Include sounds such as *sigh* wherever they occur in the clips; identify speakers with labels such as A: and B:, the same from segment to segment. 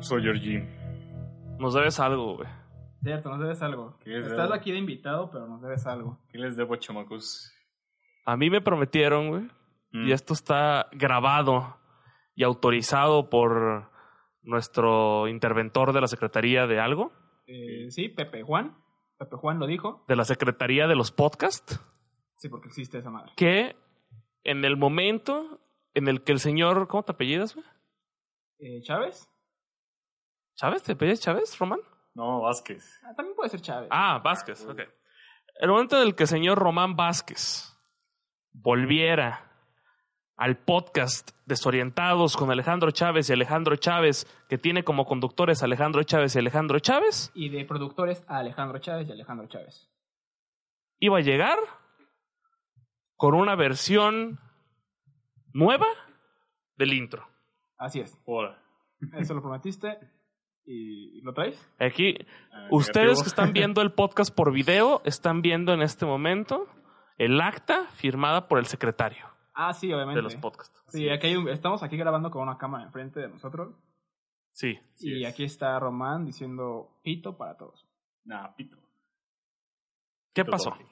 A: Soy Georgine.
B: Nos debes algo, güey.
C: Cierto, nos debes algo.
A: ¿Qué es
C: Estás
A: algo?
C: aquí de invitado, pero nos debes algo.
A: ¿Qué les debo, chamacos?
B: A mí me prometieron, güey.
A: Mm.
B: Y esto está grabado y autorizado por nuestro interventor de la Secretaría de algo,
C: Eh, sí, Pepe Juan. Pepe Juan lo dijo.
B: de la Secretaría de los Podcasts,
C: Sí, porque existe esa madre.
B: que en el momento en el que el señor, ¿cómo te apellidas, güey?
C: Eh, ¿Chávez?
B: ¿Chávez? ¿Te apellidas Chávez, Román?
A: No, Vázquez.
C: Ah, también puede ser Chávez.
B: Ah, Vázquez,
A: Ah,
B: ok. El momento en el que el señor Román Vázquez volviera al podcast Desorientados con Alejandro Chávez y Alejandro Chávez, que tiene como conductores Alejandro Chávez y Alejandro Chávez,
C: Y de productores a Alejandro Chávez y Alejandro Chávez.
B: iba a llegar con una versión nueva del intro.
C: Así es.
A: Hola.
C: Eso lo prometiste. ¿Y lo traes?
B: Aquí,
A: Ah,
B: ustedes
A: negativo.
B: que
A: *laughs*
B: están viendo el podcast por video, están viendo en este momento el acta firmada por el secretario
C: Ah, sí, obviamente.
B: de los podcasts.
C: Sí, aquí hay un- estamos aquí grabando con una cámara enfrente de nosotros.
B: Sí.
A: Así
C: y
A: es.
C: aquí está Román diciendo pito para todos.
A: Nah, pito.
B: ¿Qué
A: Pito
B: pasó?
A: doble.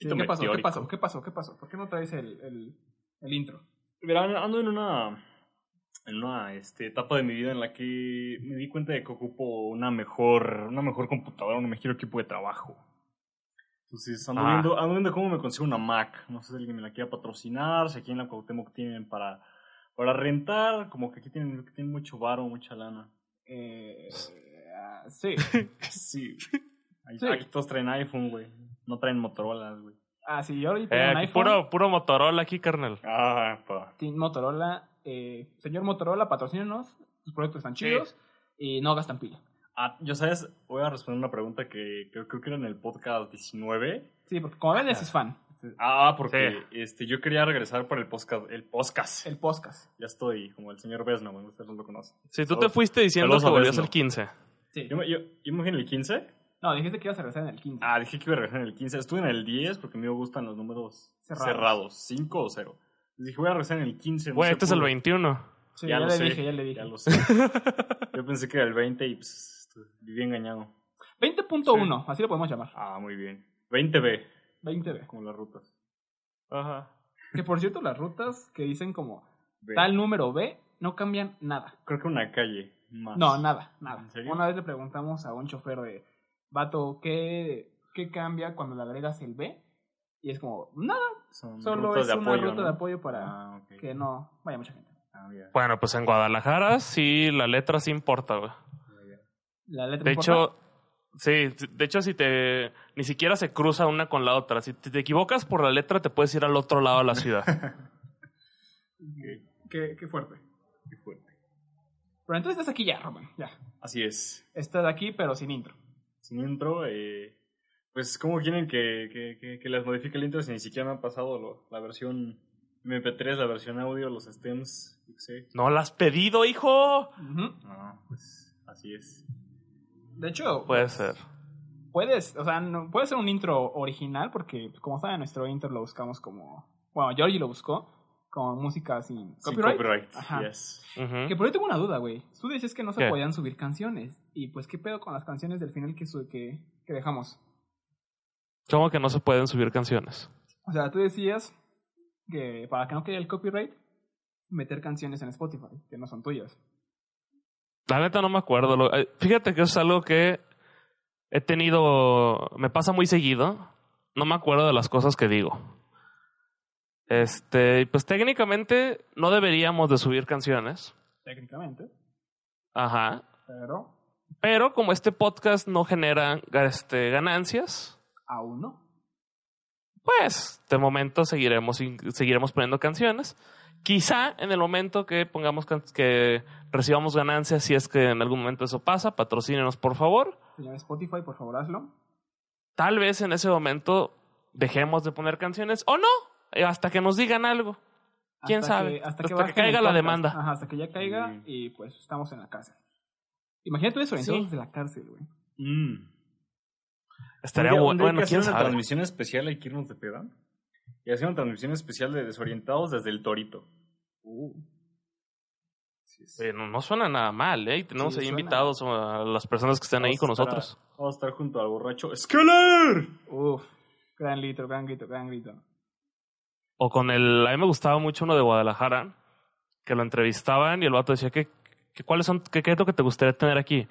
C: Sí,
A: Pito
C: ¿Qué pasó? ¿Qué
A: meteórico.
C: pasó? ¿Qué pasó? ¿Qué pasó? ¿Por qué no traes el, el, el intro?
A: Mira, ando en una, en una este, etapa de mi vida en la que me di cuenta de que ocupo una mejor, una mejor computadora, un mejor equipo de trabajo. Entonces ando,
B: Ah.
A: viendo, ando viendo cómo me consigo una Mac. No sé si alguien me la quiera patrocinar, si aquí en la Cuauhtémoc tienen para, para rentar. Como que aquí tienen, tienen mucho varo, mucha lana.
C: Eh, ah, sí.
A: *laughs* Sí. Ahí-
C: Sí.
A: Aquí todos traen iPhone, güey. No traen Motorola, güey.
C: Ah, sí, yo ahorita tengo
B: Eh,
C: un
B: aquí
C: iPhone.
B: puro, puro Motorola aquí, carnal.
A: Ah, pa.
C: Team Motorola. eh, señor Motorola, patrocínenos. Tus proyectos están chidos y no gastan pila.
A: Ah, yo sabes, voy a responder una pregunta que creo, creo que era en el podcast 19.
C: Sí, porque como ven, ese es fan.
A: Ah, porque este, yo quería regresar para el podcast. El podcast.
C: El podcast.
A: Ya estoy como el señor Vesna, bueno, ustedes no lo conocen.
B: Si tú te
A: Saludos.
B: fuiste diciendo
A: Saludos
B: que
A: a
B: volvías
A: Vesno.
B: el 15.
C: Sí.
A: Yo, me- yo, yo me fui en el 15.
C: No, dijiste que ibas a regresar en el 15.
A: Ah, dije que iba a regresar en el 15. Estuve en el 10 porque a mí me gustan los números
C: Cerrados.
A: cerrados. 5 o 0. Les dije, voy a regresar en el 15. no
B: Güey,
A: sé
B: este es el
A: por-
B: 21.
C: sí,
A: ya
C: ya,
A: lo
C: le
A: sé,
C: dije, ya le dije.
A: Ya
C: *laughs*
A: lo sé. yo pensé que era el 20 y pues, estuve- viví engañado.
C: 20.1, así lo podemos llamar.
A: Ah, muy bien. 20B,
C: 20B.
A: como las rutas.
B: Ajá.
C: Que por cierto, las rutas que dicen como
A: B.
C: tal número B no cambian nada.
A: Creo que una calle más.
C: No, nada, nada.
A: Ah, ¿En serio?
C: Una vez le preguntamos a un chofer de, vato, ¿qué, qué cambia cuando le agregas el B? Y es como, nada,
A: Son
C: solo
A: Mm, rutas
C: es
A: de
C: una
A: apoyo,
C: ruta
A: ¿no?
C: de apoyo para
A: Ah, ok.
C: que no vaya mucha gente.
A: Ah, mira,
B: Bueno, pues en Guadalajara sí, la letra sí importa, güey.
A: mira.
C: La letra
B: De
C: importa.
B: hecho, sí, de hecho si te... Ni siquiera se cruza una con la otra. Si te te equivocas por la letra te puedes ir al otro lado de la ciudad.
A: *laughs*
C: qué, qué fuerte.
A: Qué fuerte.
C: Pero entonces estás aquí ya, Roman, ya.
A: Así es.
C: Estás aquí, pero sin intro.
A: Sin intro, eh, pues, ¿cómo quieren que, que, que- que les modifique el intro si ni siquiera me han pasado lo- la versión MP3, la versión audio, los stems? Yo qué sé.
B: ¡No la has pedido, hijo!
C: Ujú.
A: No, pues, así es.
C: De hecho,
B: Puede ser.
C: puedes, o sea, no, puede ser un intro original, porque pues, como saben, nuestro intro lo buscamos como. Bueno, Georgie lo buscó con música sin
A: Sin
C: copyright.
A: copyright,
C: Ajá.
A: yes.
B: Ujú.
C: Que por ahí tengo una duda, güey. Tú decías que no se
B: ¿Qué?
C: podían subir canciones. Y pues, ¿qué pedo con las canciones del final que, su- que, que dejamos?
B: ¿Cómo que no se pueden subir canciones?
C: O sea, tú decías que para que no quede el copyright, meter canciones en Spotify, que no son tuyas.
B: La neta no me acuerdo. lo- eh, Fíjate que eso es algo que he tenido, me pasa muy seguido. No me acuerdo de las cosas que digo. Este, y pues técnicamente no deberíamos de subir canciones.
C: Técnicamente.
B: Ajá.
C: Pero
B: Pero como este podcast no genera ga- este, ganancias,
C: aún no.
B: pues de momento seguiremos, in- seguiremos poniendo canciones. Quizá en el momento que pongamos can- que recibamos ganancias, si es que en algún momento eso pasa, patrocínenos por favor.
C: Señor Spotify, por favor, hazlo.
B: tal vez en ese momento dejemos de poner canciones o no, eh, hasta que nos digan algo. ¿Quién
C: Hasta
B: sabe?
C: que- hasta
B: Hasta
C: que,
B: que
C: bajen
B: caiga
C: el
B: la
C: podcast.
B: demanda.
C: Ajá, hasta que ya caiga
A: Mm.
C: y pues estamos en la cárcel. Imagínate eso, entonces
B: Sí.
C: de la cárcel, güey.
A: Mm.
B: Estaría
A: Un día-
B: bu-
A: un día hay
B: bueno,
A: que hacer
B: quién
A: una
B: sabe.
A: transmisión especial hay que irnos de peda. Y hacer una transmisión especial de Desorientados desde el Torito.
C: Uh,
A: Sí,
B: Uh. Oye, Eh, no, no suena nada mal, ¿eh? Y Tenemos
C: Sí,
B: ahí
C: suena.
B: invitados a las personas que están ahí con
A: Vamos a estar
B: nosotros.
A: a- vamos a estar junto al borracho Skeller.
C: Uf, gran litro, gran grito, gran grito.
B: O con el. A mí me gustaba mucho uno de Guadalajara, que lo entrevistaban y el vato decía: ¿Qué, qué, cuáles son, qué, qué es lo que te gustaría tener aquí?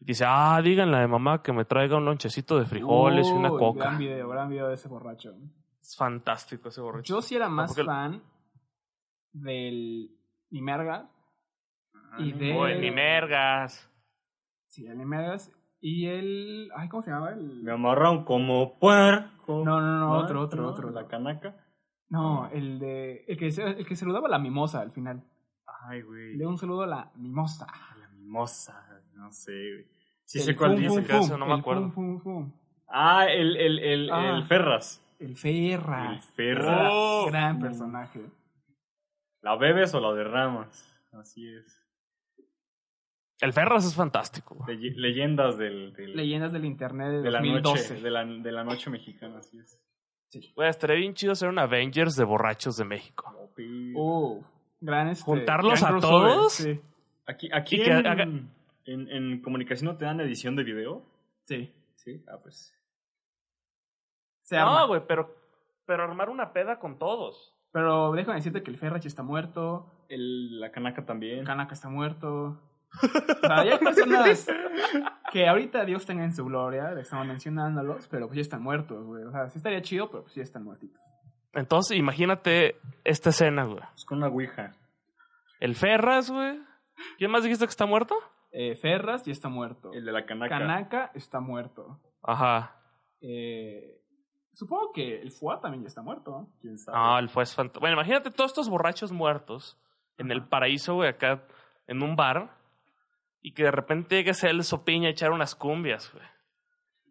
B: Y dice: Ah, díganle a mi mamá que me traiga un lonchecito de frijoles y una
C: Uy,
B: coca.
C: Gran video, gran video de ese borracho.
B: Es fantástico ese borracho.
C: Yo sí era más
B: porque-
C: fan del Nimergas.
B: Ah,
C: Y de-
B: O el ni mergas.
C: Sí, el Nimergas. Y el. Ay, ¿cómo se llamaba? El...
A: Me amarraron como puerco.
C: No, no, no,
A: Ah,
C: otro, otro,
A: ¿no?
C: otro.
A: La canaca.
C: No, el de. El que, se- el que saludaba a la mimosa al final.
A: Ay, güey.
C: Le da un saludo a la mimosa.
A: A La mimosa. No sé, güey. Sí
C: El
A: sé cuál
C: fum,
A: dice.
C: fum,
B: que ese
C: fum,
B: no me
C: el
B: acuerdo.
C: fum, fum, fum.
A: Ah, el, el, el,
C: Ah.
A: el Ferras.
C: El
A: El
C: Ferras.
A: Ferras. Mm.
B: Oh.
C: Gran personaje.
A: ¿La bebes o la derramas? Así es.
B: El Ferras es fantástico. güey.
A: Leye- leyendas del, del-
C: Leyendas del internet de,
A: de la
C: 2012.
A: noche. De la, de la noche mexicana, así es.
B: Güey, estaría bien chido hacer un Avengers de borrachos de México.
A: Opi.
C: Uf, gran este,
B: ¿Juntarlos
C: gran
B: a
C: crossover,
B: todos?
C: Sí.
A: Aquí, aquí
B: Y que
A: en,
B: haga-
A: en- en comunicación no te dan edición de video.
C: sí.
A: Sí. Ah, pues.
C: Se arma.
B: No, güey, pero, pero armar una peda con todos.
C: Pero déjame decirte que el Ferrach está muerto,
A: El- la canaca también.
C: el Kanaka está muerto.
B: *laughs*
C: O sea, ya hay personas que ahorita Dios tenga en su gloria, le estamos mencionándolos, pero pues ya están muertos, güey. O sea, sí estaría chido, pero pues ya están muertitos.
B: Entonces, imagínate esta escena, güey.
A: Pues con una ouija.
B: El Ferras, güey. ¿Quién más dijiste que está muerto?
C: Eh, Ferras ya está muerto.
A: El de la canaca.
C: Kanaka está muerto.
B: Ajá.
C: Eh, supongo que el Fua también ya está muerto. ¿no?
A: ¿Quién sabe?
B: No, el fue fantástico. Bueno, imagínate todos estos borrachos muertos en el paraíso, güey, acá en un bar. Y que de repente llegue Celso Piña a echar unas cumbias, güey.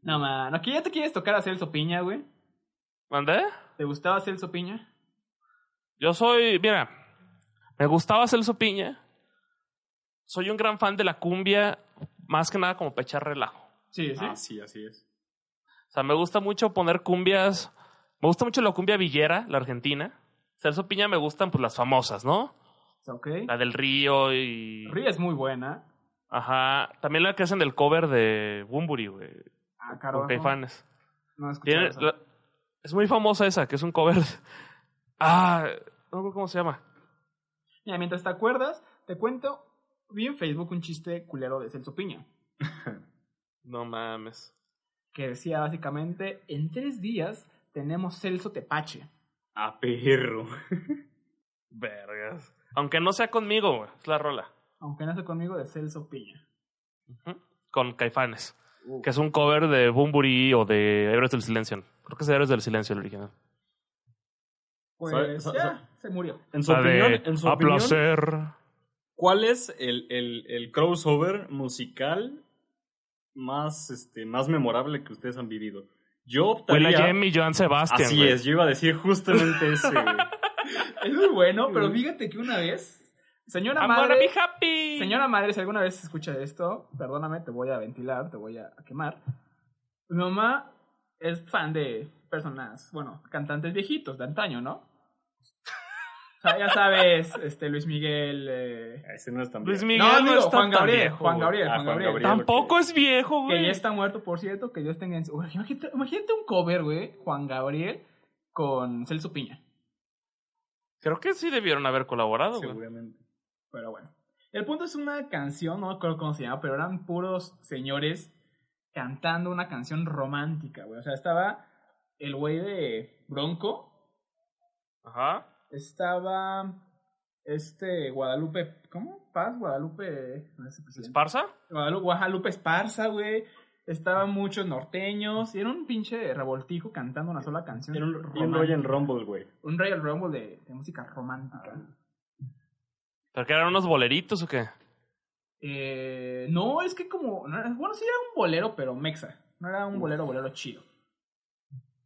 C: No, man. ¿Aquí ya te quieres tocar a Celso Piña, güey?
B: ¿Mandé?
C: ¿Te gustaba Celso Piña?
B: Yo soy, mira, me gustaba Celso Piña. Soy un gran fan de la cumbia, más que nada como para echar relajo.
C: Sí, sí.
A: Ah, sí, así es.
B: O sea, me gusta mucho poner cumbias. Me gusta mucho la cumbia villera, la argentina. Celso Piña me gustan pues las famosas, ¿no?
C: O sea, ok.
B: La del río y...
C: Ría es muy buena.
B: Ajá. También la que hacen del cover de Bumburi, güey.
C: Ah,
B: Con
C: carajo.
B: Caifanes.
C: No he escuchado
B: Tiene
C: esa.
B: la- Es muy famosa esa, que es un cover. *laughs* de- Ah, no recuerdo cómo se llama.
C: Mira, mientras te acuerdas, te cuento. Vi en Facebook un chiste culero de Celso Piña.
B: No mames.
C: Que decía básicamente: En tres días tenemos Celso Tepache.
A: A perro.
B: Vergas. Aunque no sea conmigo, güey. Es la rola.
C: Aunque nace conmigo de Celso Piña.
B: Ujú. Con Caifanes.
C: Uh.
B: Que es un cover de Bumburi o de Héroes del Silencio. Creo que es de Héroes del Silencio el original.
C: Pues
A: Sa- sa-
C: ya, se murió.
A: En su
B: La de
A: opinión, en su
B: a
A: opinión,
B: placer.
A: ¿cuál es el, el, el crossover musical más, este, más memorable que ustedes han vivido? Yo
B: Fue
A: optaría...
B: la Jem y Joan Sebastián.
A: Así
B: güey.
A: es, yo iba a decir justamente ese. güey. Ah,
C: Es muy bueno, pero fíjate que una vez. Señora
B: I'm gonna
C: madre.
B: be happy.
C: Señora madre, si alguna vez escucha esto, perdóname, te voy a ventilar, te voy a, a quemar. Mi mamá es fan de personas, bueno, cantantes viejitos de antaño, ¿no? O sea, ya sabes, este Luis Miguel. eh,
A: Ese no es tan
B: Luis
A: bien.
B: Miguel
C: no,
B: no,
C: digo,
B: está
C: Juan
B: tan
C: Gabriel,
B: viejo,
C: Juan
B: güey.
C: Gabriel,
A: Ah,
C: Juan
A: Juan
C: Gabriel.
A: Gabriel.
B: Tampoco es viejo,
C: Que
B: güey.
C: ya está muerto, por cierto, que Dios tenga en su. Uy, Imagínate, imagínate un cover, güey, Juan Gabriel con Celso Piña.
B: Creo que sí debieron haber colaborado, güey.
A: Seguramente.
C: Pero bueno. El punto es una canción, no me acuerdo cómo se llama, pero eran puros señores cantando una canción romántica, güey. O sea, estaba el güey de Bronco,
B: Ajá.
C: estaba este Guadalupe, ¿cómo? Paz, Guadalupe, no sé, presidente.
B: ¿Esparza?
C: Guadalu- Guadalupe Esparza, güey. Estaban muchos norteños y era un pinche revoltijo cantando una sola canción.
A: Era un,
C: romántica.
A: un Royal Rumble, güey.
C: Un Royal Rumble de, de música romántica.
B: ¿Pero que eran unos boleritos o qué?
C: Eh, no, es que como. no era- bueno, sí era un bolero, pero mexa. No era un
A: Uf.
C: bolero, bolero chido.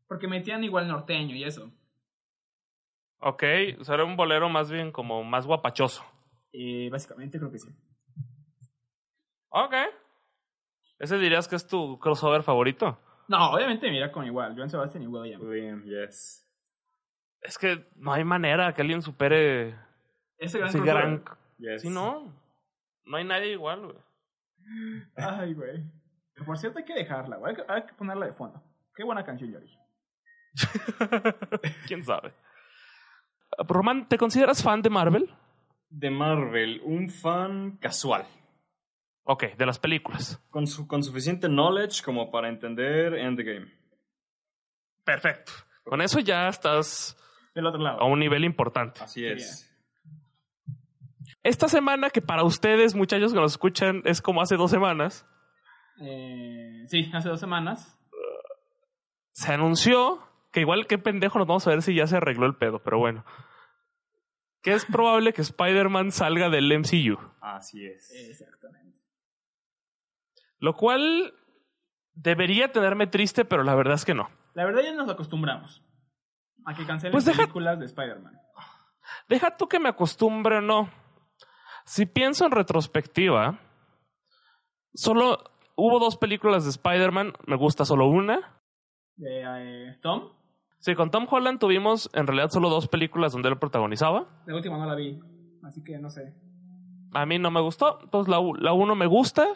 C: Porque metían igual norteño y eso.
B: Ok, o sea, era un bolero más bien como más guapachoso.
C: Eh, básicamente creo que sí.
B: Ok. ¿Ese dirías que es tu crossover favorito?
C: No, obviamente mira con igual. Joan Sebastián y Will.i.am.
A: Bien, yes.
B: Es que no hay manera que alguien supere
C: Ese gran
B: ese
C: crossover.
B: gran...
A: yes.
B: Sí, ¿no? No hay nadie igual, güey. *laughs*
C: Ay, güey. Por cierto, hay que dejarla, güey. Hay que- Hay que ponerla de fondo. Qué buena canción, Yori.
B: ¿Quién sabe? Román, ¿te consideras fan de Marvel?
A: De Marvel, un fan casual.
B: Ok, de las películas.
A: Con, su, con suficiente knowledge como para entender Endgame.
B: Perfecto. Con eso ya estás
C: Del otro lado.
B: a un nivel importante.
A: Así es.
B: Esta semana, que para ustedes, muchachos que nos escuchan, es como hace dos semanas,
C: Eh, sí, hace dos semanas.
B: se anunció que igual que pendejo nos vamos a ver si ya se arregló el pedo, pero bueno. Que es probable que Spider-Man salga del MCU.
A: Así es.
C: Exactamente.
B: Lo cual debería tenerme triste, pero la verdad es que no.
C: La verdad ya nos acostumbramos a que cancelen
B: Pues deja-
C: películas de Spider-Man.
B: Deja tú que me acostumbre o no. Si pienso en retrospectiva, solo hubo dos películas de Spider-Man, me gusta solo una.
C: De eh, Tom,
B: Sí, con Tom Holland tuvimos en realidad solo dos películas donde él protagonizaba.
C: la última no la vi, así que no sé.
B: A mí no me gustó, entonces la, u- la uno me gusta.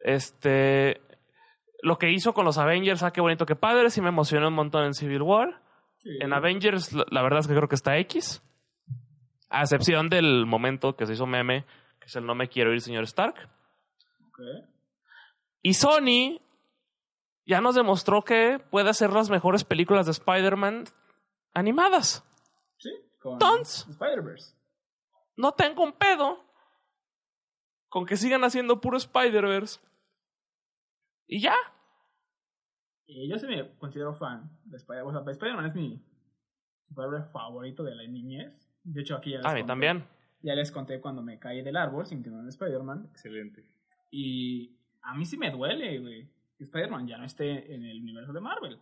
B: Este, lo que hizo con los Avengers, ah, qué bonito, qué padre, sí me emocionó un montón en Civil War.
C: Sí.
B: En Avengers, la, la verdad es que creo que está X. A excepción del momento que se hizo meme, que es el no me quiero ir, señor Stark.
C: Ok.
B: Y Sony ya nos demostró que puede hacer las mejores películas de Spider-Man animadas.
C: Sí, con
B: Tons.
C: Spider-Verse.
B: No tengo un pedo con que sigan haciendo puro Spider-Verse. Y ya.
C: Y Eh, yo sí me considero fan de Spider-Man. O sea, Spider-Man es mi superhéroe favorito de la niñez. De hecho, aquí ya les
B: Ah, A mí
C: conté-
B: también.
C: Ya les conté cuando me caí del árbol sin tener un Spider-Man.
A: Excelente.
C: Y a mí sí me duele, güey, que Spider-Man ya no esté en el universo de Marvel.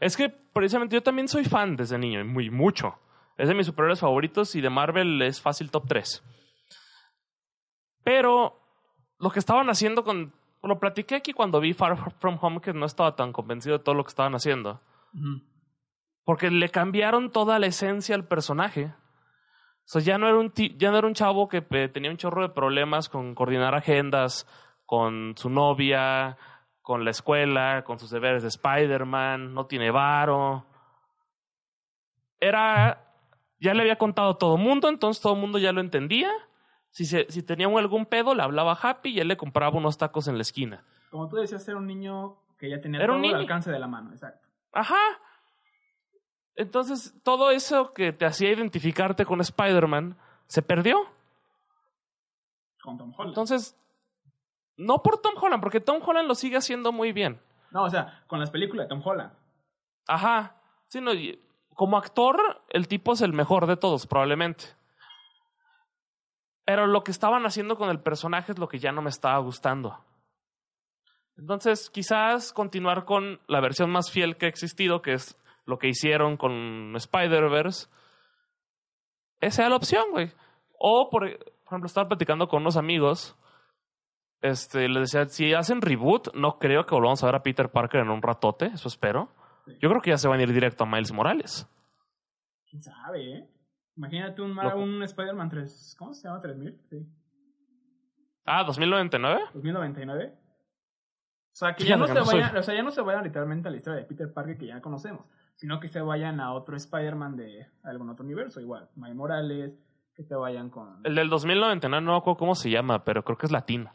B: Es que precisamente yo también soy fan desde niño, y muy mucho. Es de mis superhéroes favoritos y de Marvel es fácil top 3. Pero lo que estaban haciendo con... Lo platiqué aquí cuando vi Far From Home que no estaba tan convencido de todo lo que estaban haciendo. Porque le cambiaron toda la esencia al personaje. O sea, ya no era un, ti- ya no era un chavo que eh, tenía un chorro de problemas con coordinar agendas, con su novia, con la escuela, con sus deberes de Spider-Man, no tiene varo. Era. Ya le había contado a todo mundo, entonces todo el mundo ya lo entendía. Si, se- si tenía algún pedo, le hablaba a Happy y él le compraba unos tacos en la esquina.
C: Como tú decías, era un niño que ya tenía
B: Era
C: todo
B: un
C: el
B: niño.
C: alcance de la mano, exacto.
B: Ajá. Entonces, todo eso que te hacía identificarte con Spider-Man se perdió.
C: Con Tom Holland.
B: Entonces, no por Tom Holland, porque Tom Holland lo sigue haciendo muy bien.
C: no, o sea, con las películas de Tom Holland.
B: Ajá. Sino, y- como actor, el tipo es el mejor de todos, probablemente. Pero lo que estaban haciendo con el personaje es lo que ya no me estaba gustando. Entonces, quizás continuar con la versión más fiel que ha existido, que es lo que hicieron con Spider-Verse. Esa era la opción, güey. O, por, por ejemplo, estaba platicando con unos amigos. Este, les decía, si hacen reboot, no creo que volvamos a ver a Peter Parker en un ratote, eso espero. Yo creo que ya se van a ir directo a Miles Morales.
C: ¿Quién sabe, eh? Imagínate un, Mar-
B: Loco.
C: un Spider-Man 3... ¿Cómo se llama? ¿3000? Sí.
B: Ah, 2099.
C: 2099. O sea, que
B: Fíjate
C: ya no,
B: que
C: se
B: no soy-
C: vayan, o sea, ya no se vayan literalmente a la historia de Peter Parker que ya conocemos, sino que se vayan a otro Spider-Man de algún otro universo, igual. Miles Morales, que se vayan con...
B: El del 2099 no me acuerdo cómo se llama, pero creo que es latino.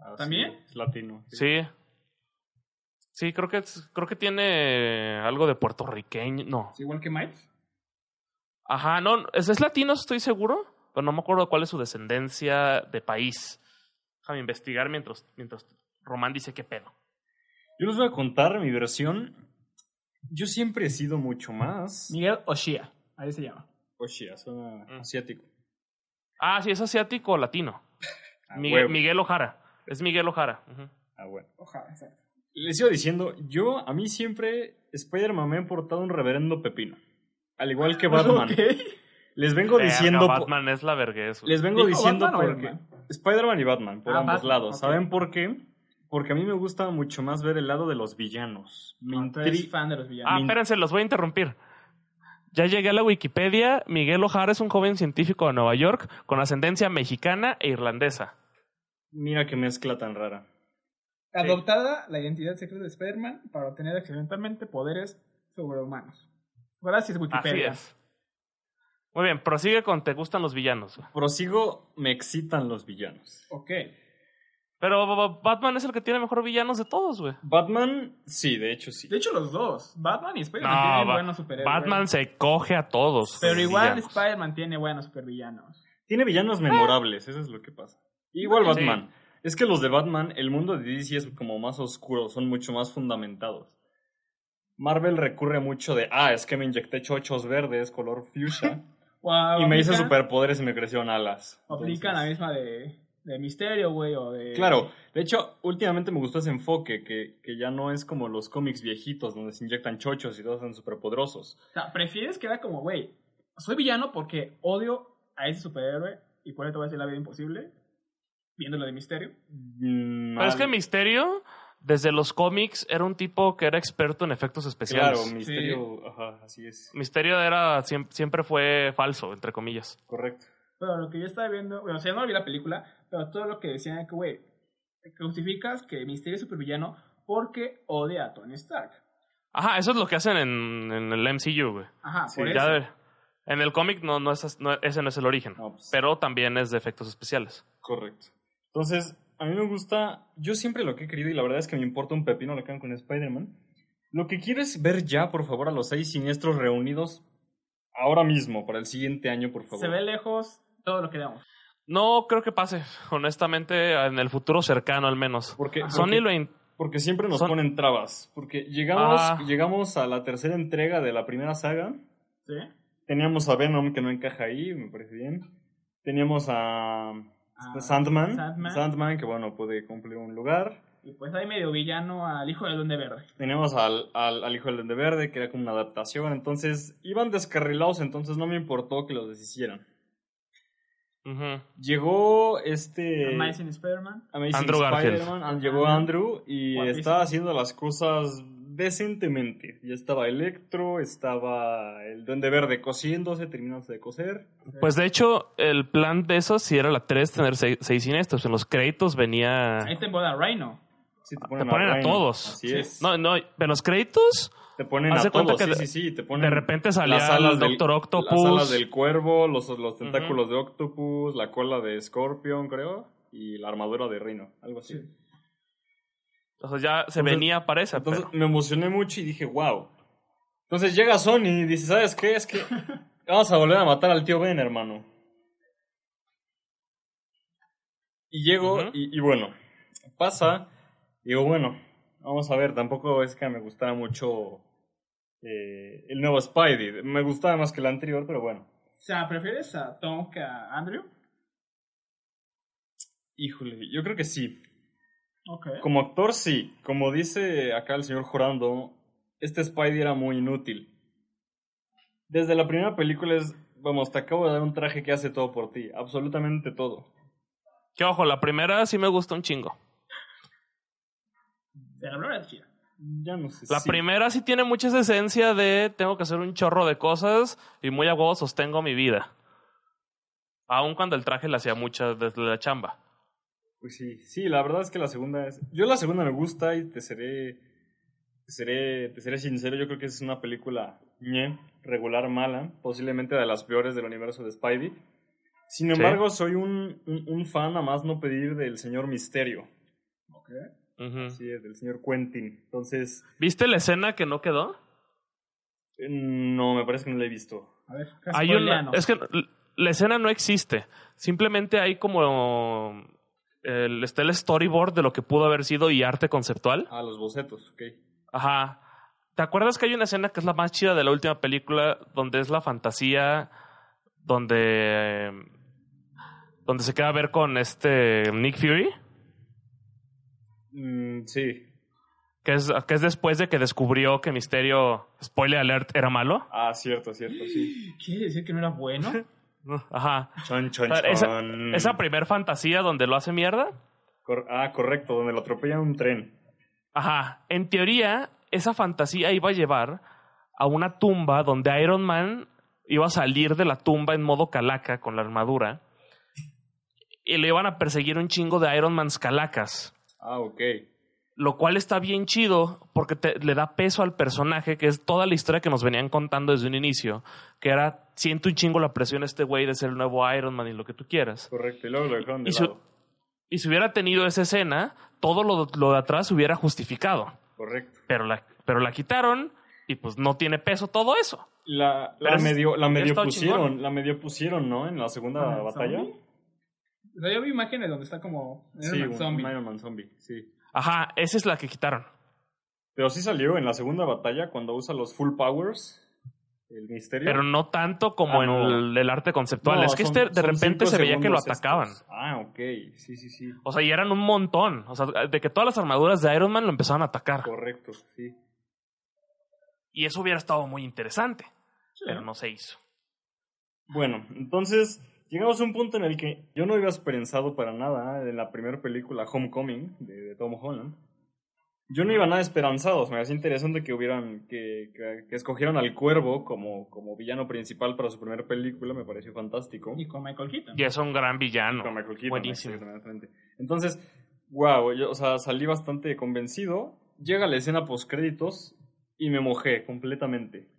A: Así
C: ¿También?
A: Es latino.
B: Sí. Sí, creo que es- creo que tiene algo de puertorriqueño. No.
C: ¿Es igual que Miles?
B: Ajá, no, es, es latino, estoy seguro, pero no me acuerdo cuál es su descendencia de país. Déjame investigar mientras mientras Román dice qué pedo.
A: Yo les voy a contar mi versión. Yo siempre he sido mucho más. Pues
C: Miguel Oshia, ahí se llama.
A: Oshia, suena
B: Mm.
A: asiático.
B: Ah, sí, es asiático o latino.
A: *laughs* A
B: Migue-
A: huevo.
B: Miguel Ojara. Es Miguel Ojara. Ujú.
A: Ah, bueno.
C: Ojalá, exacto.
A: Les iba diciendo, yo a mí siempre Spider-Man me ha importado un reverendo pepino. Al igual que Batman.
C: *laughs* Ok.
A: Les vengo
B: Verga,
A: diciendo. po-
B: Batman es la vergüenza.
A: Les vengo
C: ¿Dijo
A: diciendo
C: Batman o
A: porque.
C: Iron
A: Spider-Man y Batman, por
C: Ah,
A: ambos
C: Batman,
A: lados.
C: ok.
A: ¿Saben por qué? Porque a mí me gusta mucho más ver el lado de los villanos. Me
C: No, tú eres
A: intri-
C: fan de los villanos.
B: Ah,
A: Min-
B: espérense, los voy a interrumpir. Ya llegué a la Wikipedia. Miguel Ojara es un joven científico de Nueva York con ascendencia mexicana e irlandesa.
A: Mira qué mezcla tan rara.
C: Adoptada la identidad secreta de Spider-Man para obtener accidentalmente poderes sobrehumanos. Gracias,
B: Así
C: Wikipedia.
B: es. Muy bien, prosigue con te gustan los villanos. güey.
A: Prosigo, me excitan los villanos.
C: Ok.
B: Pero ba- ba- Batman es el que tiene mejor villanos de todos, güey.
A: Batman, sí, de hecho sí.
C: De hecho, los dos. Batman y Spider-Man
B: No,
C: tienen
B: Ba-
C: buenos superhéroes.
B: Batman se coge a todos.
C: Pero
B: los
C: igual
B: villanos.
C: Spider-Man tiene buenos supervillanos.
A: Tiene
C: Ah.
A: villanos memorables, eso es lo que pasa. Igual
B: Sí.
A: Batman. Es que los de Batman, el mundo de DC es como más oscuro, son mucho más fundamentados. Marvel recurre mucho de, ah, es que me inyecté chochos verdes, color fuchsia,
C: *laughs* Wow,
A: y me hice
C: aplican-
A: superpoderes y me crecieron alas.
C: Aplican la
A: Entonces-
C: misma de, de Misterio, güey, o de...
B: Eh,
A: Claro, de hecho, últimamente me gustó ese enfoque, que, que ya no es como los cómics viejitos, donde se inyectan chochos y todos son superpoderosos.
C: O sea, prefieres que era como, güey, soy villano porque odio a ese superhéroe y por eso voy a hacer la vida imposible, viendo la de Misterio.
A: Mm,
B: Pero es que
A: al-
B: Misterio, desde los cómics, era un tipo que era experto en efectos especiales.
A: Claro, misterio, ajá, así es,
B: Misterio era siem- siempre fue falso, entre comillas.
A: correcto.
C: Pero lo que yo estaba viendo, bueno, o sea, yo no vi la película, pero todo lo que decían era que, güey, justificas que Misterio es supervillano porque odia a Tony Stark.
B: Ajá, eso es lo que hacen en, en el MCU, güey.
C: Ajá,
A: Sí,
C: por
B: Ya
C: eso.
B: ver. En el cómic no, no es, as- no- ese no es el origen,
A: No, pues,
B: pero también es de efectos especiales.
A: Correcto. Entonces, a mí me gusta, yo siempre lo que he querido, y la verdad es que me importa un pepino lo que hagan con Spider-Man, lo que quiero es ver ya, por favor, a los seis siniestros reunidos ahora mismo, para el siguiente año, por favor.
C: Se ve lejos todo lo que damos.
B: No creo que pase, honestamente, en el futuro cercano al menos.
A: Porque, porque-
B: Sony lo... in-
A: porque siempre nos
B: Son-
A: ponen trabas. Porque llegamos,
B: Ah.
A: llegamos a la tercera entrega de la primera saga.
C: ¿Sí?
A: Teníamos a Venom, que no encaja ahí, me parece bien. Teníamos a,
C: Ah,
A: Sandman,
C: Sandman.
A: Sandman, que bueno, puede cumplir un lugar.
C: Y pues ahí medio villano al hijo del Duende Verde.
A: Tenemos al, al, al hijo del Duende Verde, que era como una adaptación. Entonces, iban descarrilados, entonces no me importó que los deshicieran.
B: Ujú.
A: Llegó este...
C: Amazing Spider-Man.
A: Amazing
B: Andrew Garfield.
A: Spider-Man, and- llegó Andrew y
C: Guapísimo.
A: estaba haciendo las cosas decentemente. Ya estaba Electro, estaba el Duende Verde cosiéndose, terminándose de coser.
B: Pues de hecho, el plan de eso sí era la 3 tener seis, seis siniestros. En los créditos
A: Ah.
B: venía...
C: Ahí te ponen a Rhino.
A: Sí, te
B: Ah, Te ponen a
A: Rhino.
B: todos.
A: Así
C: Sí.
A: es.
B: No, no, pero los créditos
A: te ponen
B: haz
A: a
B: de cuenta
A: todos.
B: que
A: sí,
B: de-
A: sí, sí, te ponen
B: de repente salía
A: las alas
B: el
A: del-
B: Doctor Octopus.
A: Las alas del cuervo, los, los tentáculos de Octopus, la cola de Scorpion, creo, y la armadura de Rhino, algo así.
C: Sí.
B: O sea, ya se
A: Entonces-
B: venía para esa.
A: Entonces
B: pero-
A: me emocioné mucho y dije, wow. Entonces llega Sony y dice, ¿sabes qué? Es que vamos a volver a matar al tío Ben, hermano. Y llego,
B: Ujú.
A: y, y bueno, pasa. Digo, bueno, vamos a ver, tampoco es que me gustara mucho eh, el nuevo Spidey. Me gustaba más que el anterior, pero bueno.
C: O sea, ¿prefieres a Tom que a Andrew?
A: Híjole, yo creo que sí.
C: Ok.
A: Como actor, sí. Como dice acá el señor Jurando, este Spidey era muy inútil. Desde la primera película es, vamos, te acabo de dar un traje que hace todo por ti, absolutamente todo.
B: Que ojo, la primera sí me gusta un chingo.
C: De la primera chida.
A: Ya no sé.
B: La
A: sí.
B: primera sí tiene mucha esa esencia de tengo que hacer un chorro de cosas y muy a huevo sostengo mi vida. Aun cuando el traje le hacía mucha desde la chamba.
A: Pues sí, sí, la verdad es que la segunda es... Yo la segunda me gusta y te seré... Te seré, te seré sincero, yo creo que es una película ñe, regular, mala, posiblemente de las peores del universo de Spidey. Sin embargo, soy un, un, un fan, a más no pedir, del señor Misterio.
C: Ok.
B: Ujú.
A: Así es, del señor Quentin. Entonces,
B: ¿Viste la escena que no quedó?
A: eh, no, me parece que no la he visto.
C: A ver, casi
B: Hay una,
C: spoileanos.
B: es que l- la escena no existe. Simplemente hay como el, está el storyboard de lo que pudo haber sido y arte conceptual.
A: Ah, los bocetos, ok.
B: Ajá. ¿Te acuerdas que hay una escena que es la más chida de la última película, donde es la fantasía, donde, em, donde se queda a ver con este Nick Fury,
A: Mm, sí.
B: que es, que es después de que descubrió que Misterio, spoiler alert, era malo?
A: Ah, cierto, cierto,
B: *gasps*
A: sí.
C: ¿Quiere decir que no era
B: *laughs*
C: bueno?
B: Ajá.
A: Chon, chon,
B: Esa-
A: chon.
B: Esa primer fantasía donde lo hace mierda.
A: Cor- ah, correcto, donde lo atropellan un tren.
B: Ajá. En teoría, esa fantasía iba a llevar a una tumba donde Iron Man iba a salir de la tumba en modo calaca con la armadura y le iban a perseguir un chingo de Iron Man's calacas,
A: Ah, ok.
B: lo cual está bien chido porque te- le da peso al personaje, que es toda la historia que nos venían contando desde un inicio, que era siento un chingo la presión este güey de ser el nuevo Iron Man y lo que tú quieras.
A: Correcto. Y luego lo dejaron de
B: Y su-
A: lado.
B: Y si hubiera tenido esa escena, todo lo, lo de atrás se hubiera justificado,
A: Correcto.
B: pero la, pero la quitaron y pues no tiene peso todo eso.
A: La,
B: Pero
A: la
B: es-
A: medio, la medio
B: estado
A: pusieron,
B: chingón.
A: la medio pusieron, ¿no? En la segunda
C: Ah,
A: batalla.
C: ¿zombie? O sea, yo vi imágenes donde está como Iron
A: Sí,
C: Man
A: un,
C: zombie.
A: un Iron Man zombie, sí.
B: Ajá, esa es la que quitaron.
A: Pero sí salió en la segunda batalla cuando usa los full powers, el misterio.
B: Pero no tanto como
A: Ah, no.
B: en el, el arte conceptual.
A: No,
B: es que
A: son-
B: este de
A: son
B: repente
A: cinco
B: se veía que lo
A: segundos
B: atacaban.
A: estos. Ah, ok, sí, sí, sí.
B: O sea, y eran un montón. O sea, de que todas las armaduras de Iron Man lo empezaban a atacar.
A: Correcto, sí.
B: Y eso hubiera estado muy interesante.
C: Sí.
B: Pero no se hizo.
A: Bueno, entonces llegamos a un punto en el que yo no iba esperanzado para nada ¿eh? en la primera película Homecoming de, de Tom Holland. Yo no iba nada esperanzado, me parecía interesante que hubieran, que, que, que escogieran al cuervo como, como villano principal para su primera película, me pareció fantástico.
C: Y con Michael Keaton.
B: Y es un gran villano.
A: Con Michael Keaton,
B: Buenísimo.
A: exactamente. Entonces, wow, yo, o sea, salí bastante convencido. Llega la escena post créditos y me mojé completamente.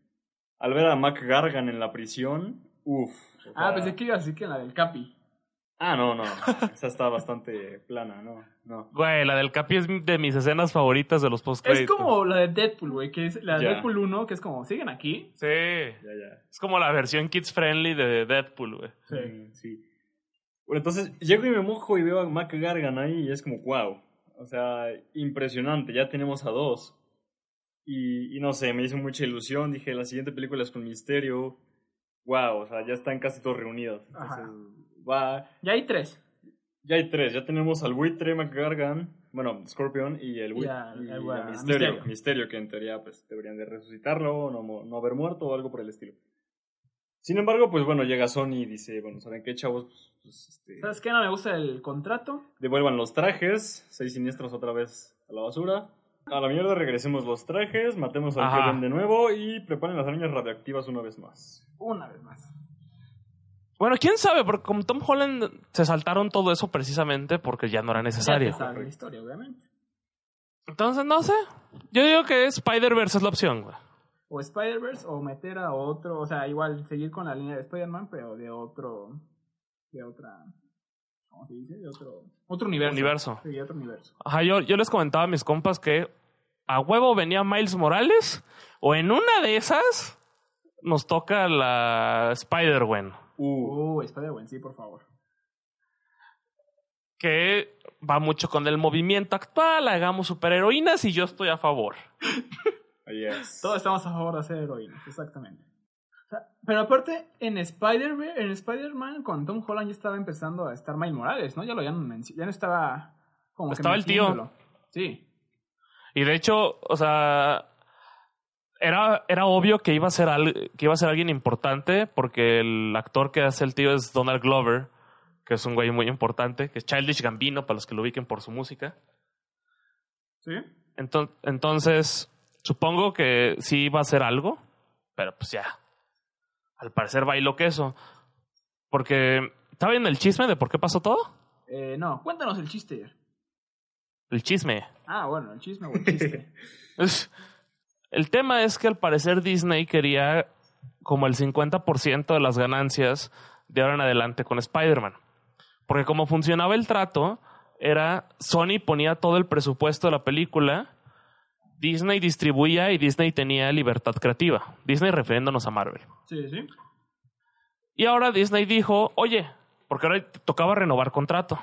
A: Al ver a Mac Gargan en la prisión, uff.
C: Ah, pensé que iba así que en la del Capi.
A: Ah, no, no.
C: *laughs*
A: Esa está bastante plana, no, no.
B: Güey, la del Capi es de mis escenas favoritas de los post
C: Es como la de Deadpool, güey, que es la de
A: Ya.
C: Deadpool 1, que es como, ¿siguen aquí?
B: Sí. Es
A: Ya, ya.
B: como la versión kids friendly de Deadpool, güey.
C: Sí.
A: Mm, *laughs* sí. Bueno, entonces llego y me mojo y veo a Mac Gargan ahí y es como, wow. O sea, impresionante, ya tenemos a dos. Y, y no sé, me hizo mucha ilusión. Dije, la siguiente película es con Misterio. Wow, o sea, ya están casi todos reunidos. Entonces,
C: Ajá.
A: va.
C: Ya hay tres.
A: Ya hay tres, ya tenemos al buitre, Mac Gargan, bueno, Scorpion y el buitre.
C: Ya,
A: y
C: ya, bueno,
A: a
C: a
A: misterio, misterio.
C: Misterio.
A: que en teoría pues deberían de resucitarlo, no, mo- no haber muerto o algo por el estilo. Sin embargo, pues bueno, llega Sony y dice, bueno, ¿saben qué, chavos? Pues, pues, este,
C: ¿Sabes qué? No me gusta el contrato.
A: devuelvan los trajes, seis siniestros otra vez a la basura. A la mierda regresemos los trajes, matemos al
B: Ajá.
A: Kevin de nuevo y preparen las arañas radioactivas una vez más.
C: Una vez más.
B: Bueno, quién sabe, porque como Tom Holland se saltaron todo eso precisamente porque ya no era
C: Ya
B: necesario.
C: te sabe la historia, obviamente.
B: Entonces, no sé. Yo digo que Spider-Verse es la opción, güey.
C: O Spider-Verse, o meter a otro, o sea, igual seguir con la línea de Spider-Man, pero de otro, de otra, ¿cómo se dice? De otro, otro universo.
B: Universo.
C: Sí, de otro universo.
B: Ajá, yo, yo les comentaba a mis compas que a huevo venía Miles Morales o en una de esas nos toca la Spider-Gwen,
A: Uh,
C: Uh, Spider-Man, sí, por favor.
B: que va mucho con el movimiento actual, hagamos superheroínas y yo estoy a favor.
A: yes.
C: Todos estamos a favor de hacer heroínas, exactamente. O sea, Pero aparte, en Spider-Man, en Spider-Man con Tom Holland ya estaba empezando a estar Miles Morales, ¿no? Ya lo ya no, menc- ya no estaba como que
B: Estaba el tío.
C: metiéndolo. Sí.
B: Y de hecho, o sea, era, era obvio que iba, a ser al- que iba a ser alguien importante porque el actor que hace el tío es Donald Glover, que es un güey muy importante, que es Childish Gambino para los que lo ubiquen por su música.
C: ¿Sí?
B: Enton- entonces, supongo que sí va a ser algo, pero pues ya. Al parecer bailó queso. Porque, ¿saben el chisme de por qué pasó todo?
C: Eh, no, cuéntanos el chiste.
B: El chisme.
C: Ah, bueno, el chisme o el
B: *laughs*
C: chiste.
B: Es- *laughs* El tema es que al parecer Disney quería como el 50% de las ganancias de ahora en adelante con Spider-Man. Porque como funcionaba el trato, era Sony ponía todo el presupuesto de la película, Disney distribuía y Disney tenía libertad creativa. Disney refiriéndonos a Marvel.
C: Sí, sí.
B: Y ahora Disney dijo, oye, porque ahora tocaba renovar contrato.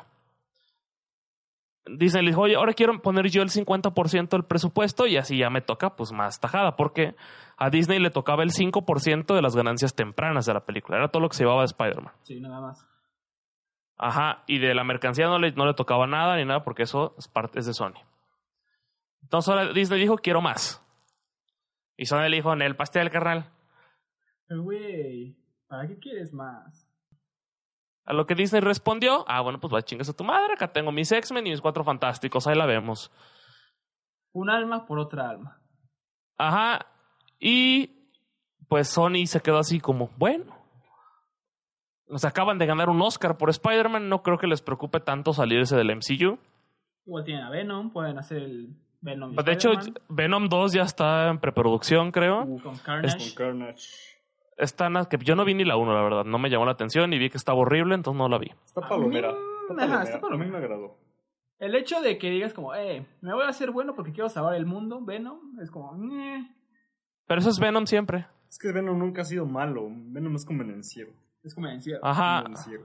B: Disney le dijo, oye, ahora quiero poner yo el 50% del presupuesto y así ya me toca pues más tajada, porque a Disney le tocaba el 5% de las ganancias tempranas de la película, era todo lo que se llevaba de Spider-Man.
C: Sí, nada más.
B: Ajá, y de la mercancía no le, no le tocaba nada ni nada porque eso es, parte, es de Sony. Entonces ahora Disney dijo, quiero más. Y Sony le dijo, en el pastel, carnal.
C: Pero, güey, ¿para qué quieres más?
B: A lo que Disney respondió, ah, bueno, pues va chingas a tu madre, acá tengo mis X-Men y mis cuatro fantásticos, ahí la vemos.
C: Un alma por otra alma.
B: Ajá, y pues Sony se quedó así como, bueno, nos acaban de ganar un Oscar por Spider-Man, no creo que les preocupe tanto salirse del MCU.
C: Igual tienen a Venom, pueden hacer el Venom. y
B: Pues, De hecho,
C: Spider-Man,
B: Venom 2 ya está en preproducción, creo.
C: con
A: Con
C: Carnage.
A: Carnage.
B: Están a- que yo no vi ni la 1, la verdad, no me llamó la atención y vi que estaba horrible, entonces no la vi.
A: Está palomera.
C: A mí-
A: Está
C: ajá,
A: palomera.
C: está
A: A mí
C: palomera.
A: me agradó.
C: El hecho de que digas como, eh, me voy a hacer bueno porque quiero salvar el mundo, Venom, es como, "Meh".
B: Pero eso es Venom siempre.
A: Es que Venom nunca ha sido malo. Venom es convenenciero.
C: es como decía,
B: Ajá.
A: convenenciero.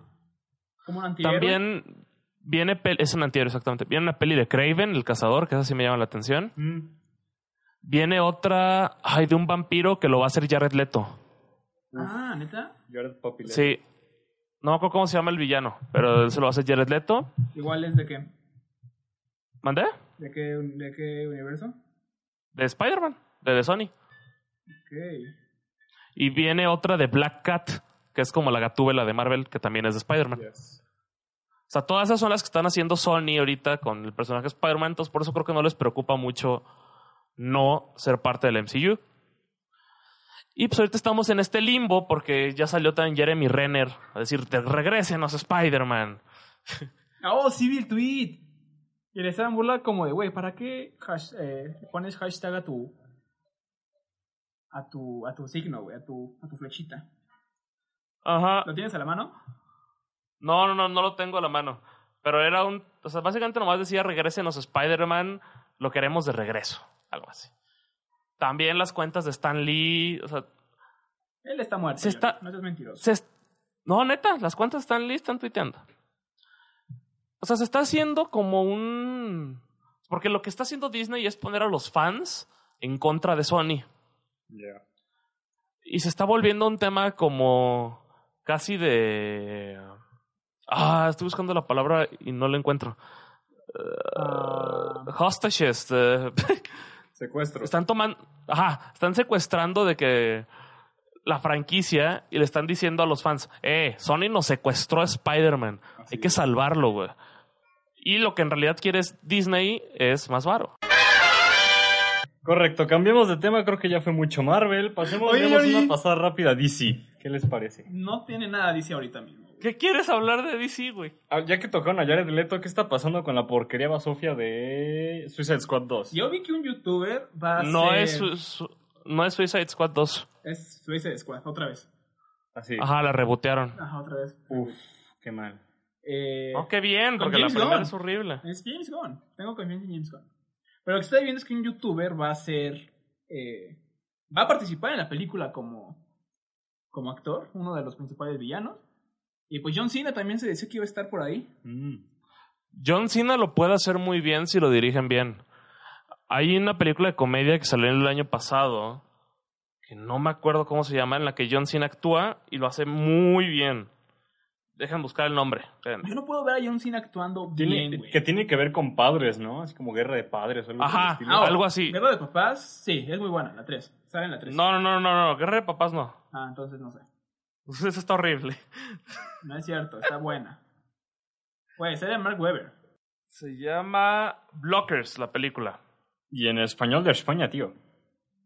C: como un antihéroe.
B: También viene pel- es un antihéroe exactamente. Viene una peli de Craven, el cazador, que esa sí me llama la atención.
A: Mm.
B: Viene otra, ay, de un vampiro que lo va a hacer Jared Leto.
C: Ah, neta.
A: Jared Papilet.
B: Sí. No me acuerdo cómo se llama el villano, pero se lo va a hacer Jared Leto.
C: Igual es de qué,
B: ¿Mandé?
C: de qué, de qué universo.
B: De Spider-Man, de The Sony.
C: Ok.
B: Y viene otra de Black Cat, que es como la gatúbela de Marvel, que también es de Spider-Man.
A: Yes.
B: O sea, todas esas son las que están haciendo Sony ahorita con el personaje de Spider-Man, entonces por eso creo que no les preocupa mucho no ser parte del MCU. Y pues ahorita estamos en este limbo porque ya salió también Jeremy Renner a decir, "Te- regrésenos Spider-Man.
C: Ah, Oh, sí vi el tweet. Y le estaban burla como de, güey, ¿para qué hash- eh, pones hashtag a tu a tu a tu signo, güey, a tu a tu flechita?
B: Ajá.
C: ¿Lo tienes a la mano?
B: No, no, no, no lo tengo a la mano. Pero era un, o sea, básicamente nomás decía, regrésenos Spider-Man, lo queremos de regreso, algo así. También las cuentas de Stan Lee, o sea,
C: Él está muerto.
B: Se
C: Jordi,
B: está-
C: No seas mentiroso.
B: Se est- no, neta, las cuentas están listas, están tuiteando. O sea, se está haciendo como un... Porque lo que está haciendo Disney es poner a los fans en contra de Sony.
A: Yeah.
B: Y se está volviendo un tema como casi de... Ah, estoy buscando la palabra y no la encuentro.
C: Ah,
B: Hostages. eh, *laughs*
A: Secuestro.
B: están tomando... Ajá, están secuestrando de que la franquicia y le están diciendo a los fans, eh, Sony nos secuestró a Spider-Man.
A: Así
B: Hay que
A: es.
B: salvarlo, güey. Y lo que en realidad quiere es Disney es más varo.
A: Correcto, cambiemos de tema, creo que ya fue mucho Marvel. Pasemos
C: Oye,
A: demos
C: Jordi.
A: una pasada rápida a DC. ¿Qué les parece?
C: no tiene nada dice ahorita mismo. güey.
B: ¿Qué quieres hablar de DC, güey?
A: Ah, Ya que tocaron a Jared Leto, ¿qué está pasando con la porquería basofia de Suicide Squad 2?
C: Yo vi que un youtuber va a
B: No
C: ser-
B: es, su- su- no es Suicide Squad 2.
C: es Suicide Squad otra vez.
A: Así.
B: Ajá, la rebotearon.
C: Ajá, otra vez.
A: Uf, qué mal.
C: Eh,
B: No, Oh, qué bien,
C: Con
B: porque la
C: James
B: primera
C: Gunn.
B: es horrible.
C: Es James Gunn. Tengo confianza en James Gunn. Pero lo que estoy viendo es que un youtuber va a ser. eh, va a participar en la película como. como actor, uno de los principales villanos. Y pues John Cena también se decía que iba a estar por ahí.
A: Mm.
B: John Cena lo puede hacer muy bien si lo dirigen bien. Hay una película de comedia que salió el año pasado, que no me acuerdo cómo se llama, en la que John Cena actúa y lo hace muy bien. Dejen buscar el nombre. espérenme.
C: Yo no puedo ver a John Cena actuando
A: Tiene-
C: bien, güey.
A: que tiene que ver con padres, ¿no? Así como guerra de padres o algo por el
B: Ajá,
A: estilo.
C: Ah,
B: algo así.
C: Guerra de papás, sí, es muy buena, la 3. Sale en la 3.
B: No, no, no, no, no, Guerra de Papás no.
C: Ah, entonces no sé.
B: *laughs* Eso está horrible.
C: No es cierto, está buena. Güey, sale Mark Webber.
B: Se llama Blockers, la película.
A: Y en español de España, tío.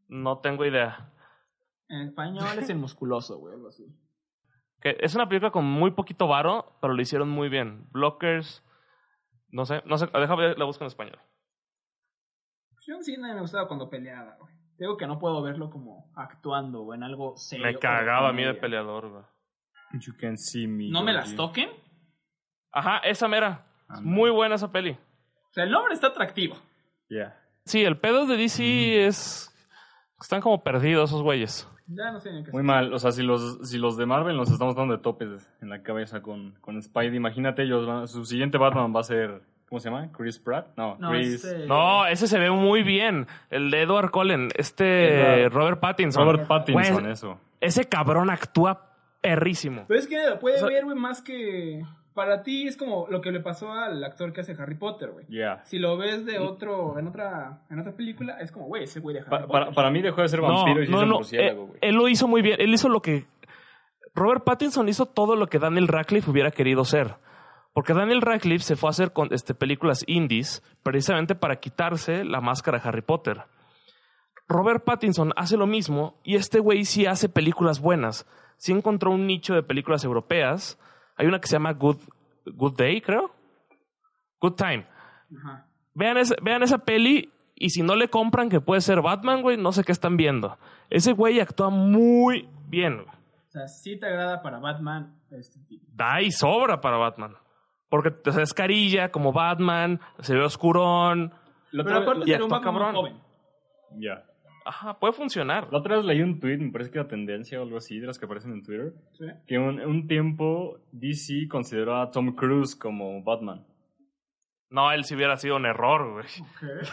B: No tengo idea.
C: En español es el musculoso, güey, algo así.
B: Que es una película con muy poquito varo, pero lo hicieron muy bien. Blockers, no sé, no sé, déjame, la busco en español.
C: John Cena me gustaba cuando peleaba, güey. Digo que no puedo verlo como actuando o en algo serio.
B: Me
C: o
B: cagaba a mí de
C: comedia.
B: peleador, güey.
A: You can see me.
C: No me
A: Jordi.
C: las toquen.
B: Ajá, esa mera.
A: Ah, no.
B: Muy buena esa peli.
C: O sea, el nombre está atractivo.
A: Yeah.
B: Sí, el pedo de DC es... Están como perdidos esos güeyes.
C: Ya no sé ni qué
A: Muy mal, o sea, si los, si los de Marvel nos estamos dando de topes en la cabeza con, con Spidey, imagínate ellos, van- su siguiente Batman va a ser, ¿cómo se llama? Chris Pratt? No,
C: No,
A: Chris...
C: este-
B: No, eh. ese se ve muy bien. El de Edward Cullen, este
A: Edward-
B: Robert Pattinson.
A: Robert Pattinson,
B: Güey,
A: eso.
B: Ese cabrón actúa perrísimo.
C: Pero es que lo puede
B: O sea-
C: ver, güey, más que. Para ti es como lo que le pasó al actor que hace Harry Potter, güey.
A: Yeah.
C: Si lo ves
B: Mm.
C: de otro, en otra, en otra película, es como, güey, ese güey de Harry
A: Pa- para,
C: Potter.
A: para mí dejó de ser vampiro y se hizo murciélago,
B: eh,
A: güey.
B: Él, lo hizo muy bien. Él hizo lo que. Robert Pattinson hizo todo lo que Daniel Radcliffe hubiera querido ser. Porque Daniel Radcliffe se fue a hacer con, este, películas indies precisamente para quitarse la máscara de Harry Potter. Robert Pattinson hace lo mismo y este güey sí hace películas buenas. Sí encontró un nicho de películas europeas. Hay una que se llama Good, Good Day, creo. Good Time.
C: Ajá.
B: Vean, esa- vean esa peli y si no le compran que puede ser Batman, güey, no sé qué están viendo. Ese güey actúa muy bien. güey.
C: O sea, sí te agrada para Batman este tipo.
B: Da y sobra para Batman. Porque o sea, es carilla como Batman, se ve oscurón.
A: La
C: Pero
A: otra,
C: aparte
A: vez-
B: y
C: será un
B: actúa
C: Batman muy
B: cabrón.
C: joven.
A: ya.
B: Ajá, puede funcionar.
A: La otra vez leí un tweet, me parece que era tendencia o algo así, de las que aparecen en Twitter,
C: ¿sí?
A: que un, un tiempo DC consideró a Tom Cruise como Batman.
B: No, él sí hubiera sido un error, güey.
C: Ok.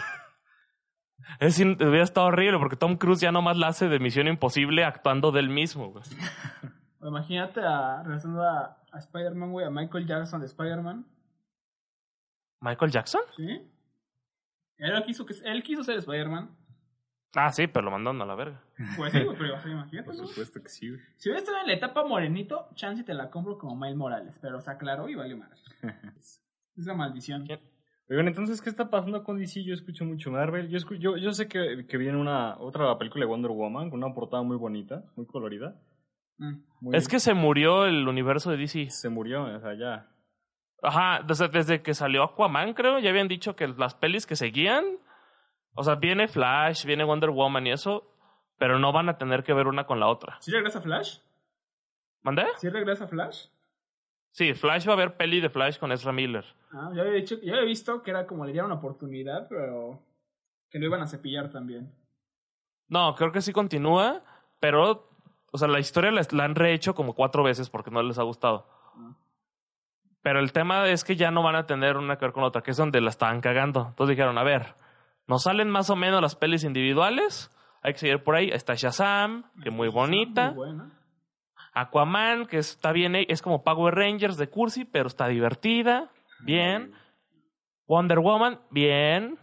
B: *laughs* Es in- hubiera estado horrible porque Tom Cruise ya nomás la hace de Misión Imposible actuando del mismo, güey.
C: O Imagínate a, regresando a, a Spider-Man, güey, a Michael Jackson de Spider-Man,
B: ¿Michael Jackson?
C: ¿sí? Él quiso, que, él quiso ser Spider-Man.
B: Ah, sí, pero lo mandaron a la verga.
C: Pues sí, güey, pero o sea, imagínate,
A: Por
C: ¿no?
A: supuesto que Pues sí. güey.
C: Si hubiera estado en la etapa morenito, chance te la compro como Miles Morales, pero se aclaró y
A: *laughs*
C: valió madre. Es la maldición.
B: ¿Quién?
A: Oigan, entonces, ¿qué está pasando con DC? Yo escucho mucho Marvel. Yo, escu- yo, yo sé que, que viene una otra película de Wonder Woman con una portada muy bonita, muy colorida.
C: Mm.
A: Muy-
B: Es que se murió el universo de DC.
A: se murió, o sea, ya.
B: Ajá, desde, desde que salió Aquaman, creo, ya habían dicho que las pelis que seguían, o sea, viene Flash, viene Wonder Woman y eso, pero no van a tener que ver una con la otra.
C: ¿Sí regresa Flash?
B: ¿Mandé?
C: ¿Sí regresa Flash?
B: Sí, Flash va a haber peli de Flash con Ezra Miller.
C: Ah, ya había, dicho, ya había visto que era como le dieron oportunidad, pero que lo iban a cepillar también.
B: No, creo que sí continúa, pero, o sea, la historia la, la han rehecho como cuatro veces porque no les ha gustado.
C: Ah.
B: Pero el tema es que ya no van a tener una que ver con otra, que es donde la estaban cagando. Entonces dijeron, a ver, nos salen más o menos las pelis individuales, hay que seguir por ahí. Ahí Está Shazam, que muy bonita.
C: Muy buena.
B: Aquaman, que está bien, he- es como Power Rangers de Cursi, pero está divertida, bien. Wonder Woman, bien.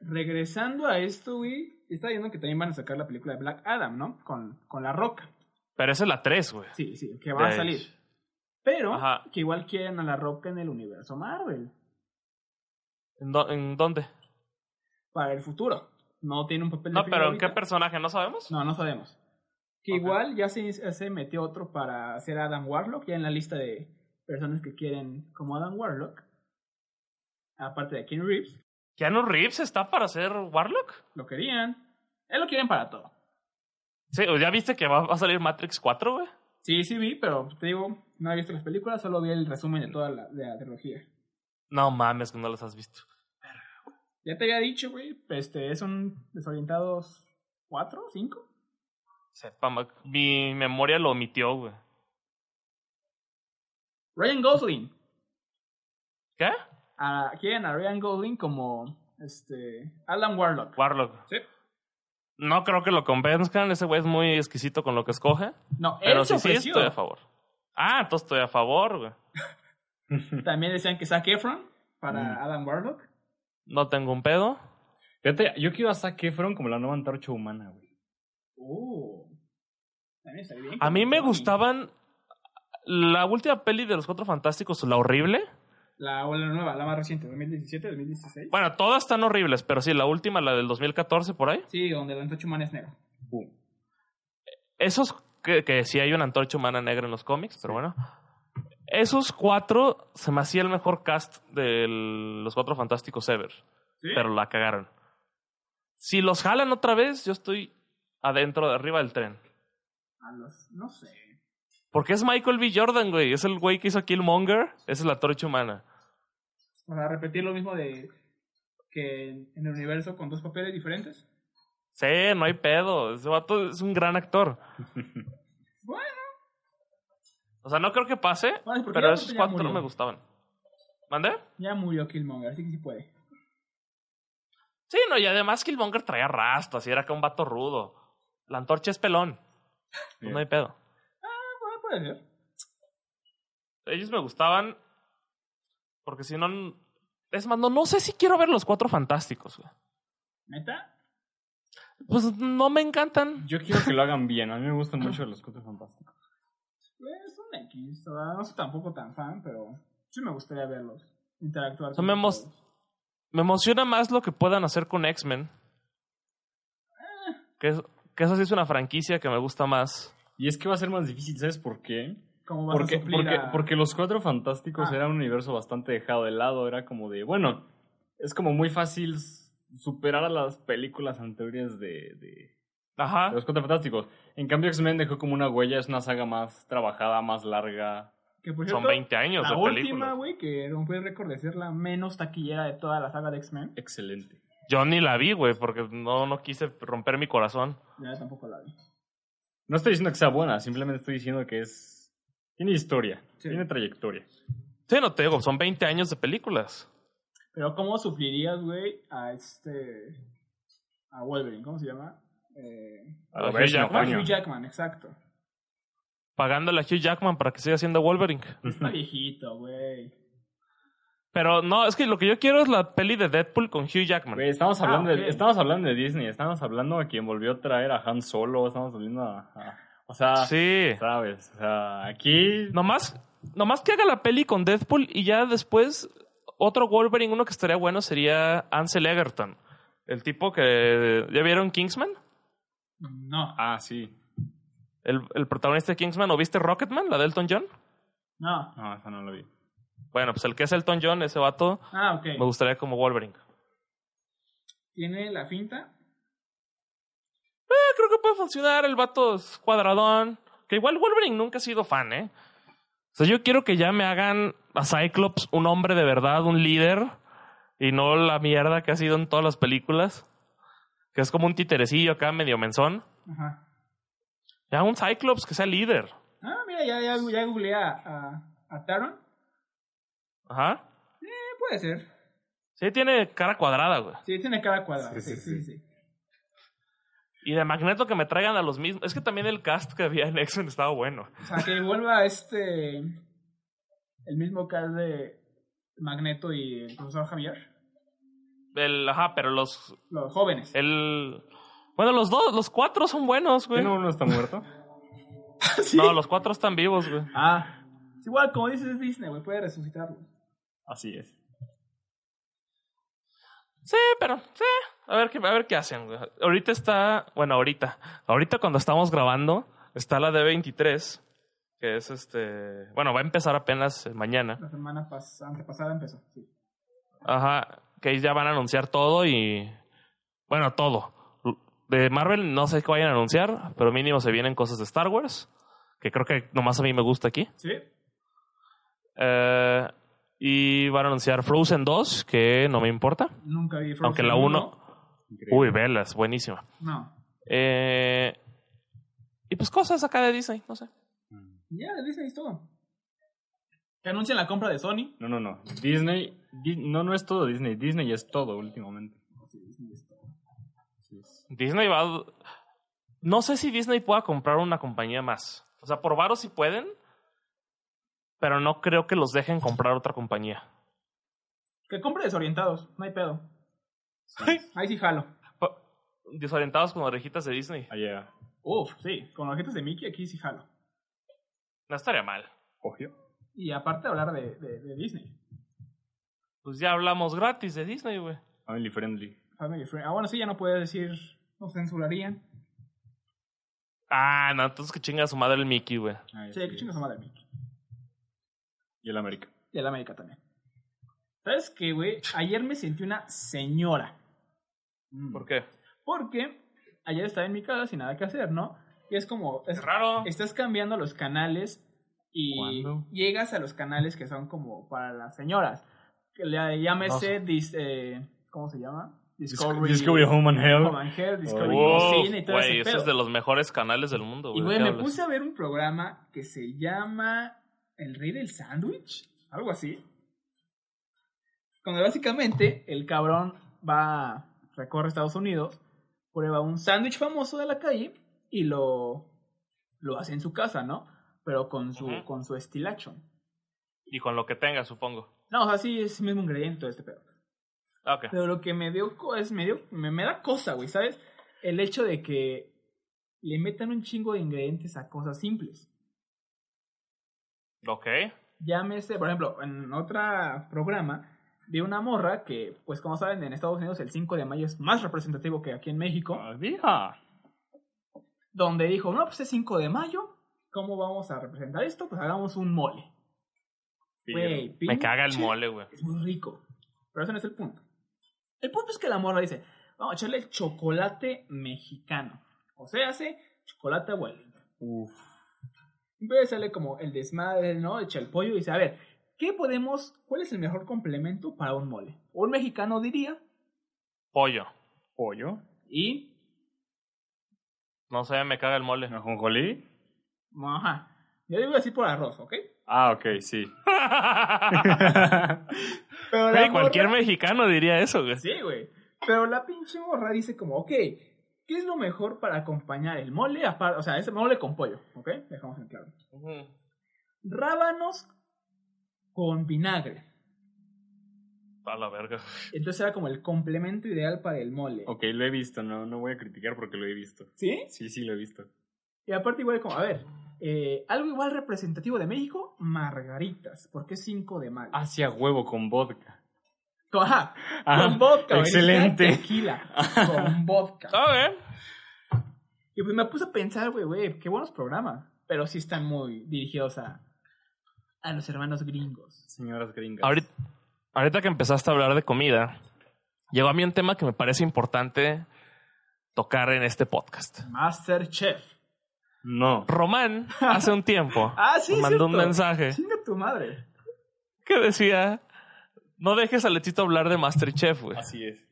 C: Regresando a esto, güey, está viendo que también van a sacar la película de Black Adam, ¿no? Con, con La Roca.
B: Pero esa es la 3, güey.
C: Sí, sí, que va a
B: De-
C: salir. Pero
B: Ajá.
C: que igual quieren a La Roca en el universo Marvel.
B: ¿En dó- ¿En dónde?
C: Para el futuro. No tiene un papel
B: No,
C: definido
B: pero ¿en qué
C: ahorita.
B: personaje? ¿No sabemos?
C: No, no sabemos. Que
B: Ok.
C: igual ya se, se metió otro para ser Adam Warlock, ya en la lista de personas que quieren como Adam Warlock. Aparte de Ken Reeves,
B: ¿Keanu Reeves está para ser Warlock?
C: lo querían. Él lo quieren para todo.
B: Sí, ¿o ¿ya viste que va va a salir Matrix 4, güey?
C: Sí, sí vi, pero pues, te digo, no he visto las películas, solo vi el resumen de toda la, de la trilogía.
B: No mames, que no las has visto.
C: Ya te había dicho, güey, este, es un Desorientados 4, 5.
B: Sepa, ma- mi memoria lo omitió, güey.
C: Ryan Gosling.
B: ¿Qué?
C: A, quieren a Ryan Gosling como este Alan Warlock.
B: Warlock.
C: Sí.
B: No creo que lo convenzcan, ese güey es muy exquisito con lo que escoge.
C: No,
B: Pero
C: él se
B: sí, sí,
C: ofreció.
B: estoy a favor. Ah, entonces estoy a favor, güey.
C: También decían que Zac Efron para
A: Mm.
C: Adam Warlock.
B: No tengo un pedo.
A: Fíjate, yo quiero a Zac Efron como la nueva antorcha humana, güey.
C: Oh. También estaría bien.
B: A mí me
C: Tony.
B: gustaban la última peli de los Cuatro Fantásticos, la horrible.
C: La ola nueva, la más reciente, 2017, 2016.
B: Bueno, todas están horribles, pero sí, la última, la del 2014 por ahí.
C: Sí, donde la antorcha humana es negro.
A: Boom.
B: esos que, que sí hay una antorcha humana negra en los cómics, pero bueno. Esos cuatro se me hacía el mejor cast de los cuatro fantásticos ever,
C: Sí.
B: pero la cagaron. Si los jalan otra vez, yo estoy adentro, arriba del tren.
C: A los, no sé.
B: Porque es Michael B. Jordan, güey. Es el güey que hizo Killmonger. Esa es la antorcha humana.
C: O sea, repetir lo mismo de que en el universo con dos papeles diferentes.
B: Sí, no hay pedo. Ese vato es un gran actor.
C: *laughs* Bueno.
B: O sea, no creo que pase,
C: Ay, porque
B: pero
C: ya
B: esos
C: ya
B: cuatro
C: murió.
B: me gustaban. ¿Mandé?
C: Ya murió Killmonger, así que sí puede.
B: Sí, no, y además Killmonger traía rastas y era que un vato rudo. La antorcha es pelón. Pues
A: Bien.
B: No hay pedo.
C: Bueno, Ah, puede ser.
B: Ellos me gustaban porque si no... Es más, no, no sé si quiero ver los cuatro fantásticos. güey.
C: ¿Neta?
B: Pues no me encantan.
A: Yo quiero que lo hagan bien. A mí me gustan mucho los Cuatro Fantásticos.
C: Pues un X, o sea, no soy tampoco tan fan, pero sí me gustaría verlos. Interactuar.
B: O sea,
C: con
B: me
C: todos. Ah.
B: mos- Me emociona más lo que puedan hacer con X-Men. Que, es- que eso sí es una franquicia que me gusta más.
A: Y es que va a ser más difícil, ¿sabes por qué?
C: ¿Cómo vas
A: Porque,
C: a suplir
A: porque,
C: a-
A: porque los Cuatro Fantásticos
C: Ah.
A: era un universo bastante dejado de lado, era como de, bueno, es como muy fácil s- superar a las películas anteriores de, de-
B: Ajá.
A: de *laughs* los Cuatro Fantásticos. En cambio, X-Men dejó como una huella, es una saga más trabajada, más larga.
C: que por
B: Son
C: cierto,
B: 20 años
C: La
B: de
C: última,
B: película.
C: güey, que rompió el récord de ser la menos taquillera de toda la saga de X-Men.
A: Excelente.
B: Yo ni la vi, güey, porque no, no quise romper mi corazón.
C: Ya tampoco la vi.
A: No estoy diciendo que sea buena, simplemente estoy diciendo que es... Tiene historia,
C: Sí.
A: tiene trayectoria.
B: Sí, no te digo, son 20 años de películas.
C: Pero ¿cómo suplirías, güey, a este... a Wolverine? ¿Cómo se llama? Eh...
A: A lo
B: Hugh
A: bestia,
B: Jackman.
A: coño.
C: Hugh Jackman, exacto.
B: Pagándole a Hugh Jackman para que siga siendo Wolverine.
C: Está viejito, güey.
B: Pero no, es que lo que yo quiero es la peli de Deadpool con Hugh Jackman.
A: Güey, estamos,
C: Ah,
A: hablando
C: ok.
A: de, estamos hablando de Disney, estamos hablando a quien volvió a traer a Han Solo, estamos hablando a... a- o sea,
B: sí.
A: ¿sabes? O sea, aquí...
B: Nomás, nomás que haga la peli con Deadpool y ya después otro Wolverine, uno que estaría bueno sería Ansel Egerton. El tipo que... ¿Ya vieron Kingsman?
C: No,
A: Ah, sí.
B: El, el protagonista de Kingsman. ¿O viste Rocketman, la de Elton John?
C: no.
A: No, esa no la vi.
B: Bueno, pues el que es Elton John, ese vato,
C: Ah,
B: me
C: ok.
B: gustaría como Wolverine.
C: ¿Tiene la finta?
B: Ah, creo que puede funcionar. El vato es cuadradón. Que igual Wolverine nunca ha sido fan, ¿eh? O sea, yo quiero que ya me hagan a Cyclops un hombre de verdad, un líder. Y no la mierda que ha sido en todas las películas. Que es como un titerecillo acá, medio menzón.
C: Ajá.
B: Ya un Cyclops que sea líder.
C: Ah, mira, ya, ya, ya googleé a, a, a Taron.
B: Ajá.
C: Eh, puede ser.
B: Sí, tiene cara cuadrada, güey.
C: Sí, tiene cada cuadrada.
A: Sí,
C: Sí,
A: sí,
C: sí, sí.
B: Y de Magneto que me traigan a los mismos. Es que también el cast que había en X-Men estaba bueno.
C: O sea, que vuelva este... el mismo caso de Magneto y el profesor Javier.
B: El, ajá, pero los.
C: Los
B: Eh,
C: jóvenes.
B: El. Bueno, los dos, los cuatro son buenos, güey.
A: ¿Quién uno está muerto?
C: *laughs* ¿Sí?
B: No, los cuatro están vivos, güey.
C: Ah. Es igual, como dices, es Disney, güey, puede resucitarlo.
A: Así es.
B: Sí, pero sí. A ver qué, a ver qué hacen. güey. Ahorita está, bueno, ahorita, ahorita cuando estamos grabando está la D23, que es este, bueno, va a empezar apenas eh, mañana.
C: La semana pas antepasada empezó. Sí.
B: Ajá, que ahí ya van a anunciar todo y bueno, todo. De Marvel no sé qué vayan a anunciar, pero mínimo se vienen cosas de Star Wars, que creo que nomás a mí me gusta aquí.
C: ¿Sí?
B: Eh, y van a anunciar Frozen 2, que no me importa,
C: Nunca vi Frozen
B: aunque la 1 Uy, velas, buenísima.
C: No.
B: Eh, y pues cosas acá de Disney, no sé.
C: Ya, de Disney es todo. Que anuncian la compra de Sony.
A: No, no, no. Disney. Di- no, no es todo Disney. Disney es todo últimamente.
C: Sí, Disney es todo.
A: Así es.
B: Disney va. No sé si Disney pueda comprar una compañía más. O sea, por varo si pueden, pero no creo que los dejen comprar otra compañía.
C: Que compre desorientados, no hay pedo.
A: Así es.
C: Ahí sí jalo.
B: Pa- Desorientados con orejitas de Disney.
A: Ahí llega.
C: Uf, sí, con ojitos de Mickey aquí sí jalo.
B: No estaría mal.
A: Ojo.
C: Y aparte hablar de, de, de Disney.
B: Pues ya hablamos gratis de Disney, güey.
A: Family Ah, friendly.
C: Family friend. Ah, bueno, sí, ya no puedes decir, nos censurarían.
B: Ah, no, entonces que chinga a su madre el Mickey, güey.
A: Ahí
C: Sí,
A: sí
C: qué
A: es.
C: chingas madre Mickey.
A: Ah, este. Y el América.
C: Y a la América también. ¿Sabes qué, güey? Ayer me sentí una señora. Mm.
B: ¿Por qué?
C: Porque ayer estaba en mi casa sin nada que hacer, ¿no? Y es como, es-
B: Es raro.
C: estás cambiando los canales y
A: ¿Cuándo?
C: llegas a los canales que son como para las señoras. Que le llámese, dis- eh, ¿cómo se llama?
A: Discovery, Discovery Home Oh, and Hell.
C: Home and Health, Discovery
B: Wow,
C: Cocina y todo
B: güey,
C: ese
B: ese
C: pedo.
B: es de los mejores canales del mundo, güey.
C: Y güey,
B: ¿Qué
C: me
B: hablas?
C: puse a ver un programa que se llama El Rey del Sándwich, algo así. Donde básicamente el cabrón va, recorre Estados Unidos, prueba un sándwich famoso de la calle y lo, lo hace en su casa, ¿no? Pero con su,
B: Ujú.
C: con su estilacho.
B: Y con lo que tenga, supongo.
C: No, o sea, sí es el mismo ingrediente todo este pedo.
B: Ah, Ok.
C: Pero lo que me dio co- es me dio, me, me da cosa, güey, ¿sabes? El hecho de que le metan un chingo de ingredientes a cosas simples.
B: Ok.
C: Llámese, por ejemplo, en otro programa vi una morra
B: Ah.
C: que, pues como saben, en Estados Unidos el 5 de mayo es más representativo que aquí en México.
A: Ah, vieja.
C: donde dijo, no, pues es 5 de mayo, ¿cómo vamos a representar esto? Pues hagamos un mole. Güey,
A: Pero-
B: Me
C: pinche-
B: caga el mole, güey.
C: Es muy rico. Pero ese no es el punto. El punto es que la morra dice, vamos a echarle chocolate mexicano. O sea, hace chocolate abuelita.
A: Uf.
C: Entonces sale como el desmadre, ¿no? Echa el pollo y dice, a ver, ¿qué podemos, cuál es el mejor complemento para un mole? Un mexicano diría,
B: Pollo.
A: ¿Pollo?
C: y,
B: No sé, me caga el mole.
A: ¿Ajonjolí?
C: ajá, yo digo así por arroz, ¿ok?
A: Ah, ok, sí.
C: Pero la
B: *laughs* Güey, cualquier
C: morra-
B: mexicano diría eso, güey.
C: Sí, güey. Pero la pinche morra dice como, ok, ¿qué es lo mejor para acompañar el mole? Apar- O sea, ese mole con pollo, ¿ok? Dejamos en claro. Rábanos con vinagre.
B: A la verga.
C: Entonces era como el complemento ideal para el mole.
A: ok, lo he visto, no, no voy a criticar porque lo he visto.
C: ¿Sí?
A: Sí, sí, lo he visto.
C: Y aparte igual como, a ver, eh, algo igual representativo de México, margaritas, porque es 5 de mayo.
A: Hacia huevo con vodka.
C: Con, ajá,
A: Ah,
C: con vodka. güey,
A: excelente.
C: ni siquiera
A: *laughs*
C: Tequila, con vodka.
B: A ver.
C: Y pues me puse a pensar, güey, güey, qué buenos programas. Pero sí están muy dirigidos a, a los hermanos gringos.
A: Señoras gringas.
B: Ahorita, ahorita que empezaste a hablar de comida, llegó a mí un tema que me parece importante tocar en este podcast.
C: Masterchef.
A: No.
B: Román, hace un tiempo,
C: *laughs* Ah, sí,
B: mandó un
C: cierto.
B: mensaje
C: Chinga tu madre.
B: que decía: No dejes a Letito hablar de Masterchef,
C: Ah,
B: güey.
A: Así es.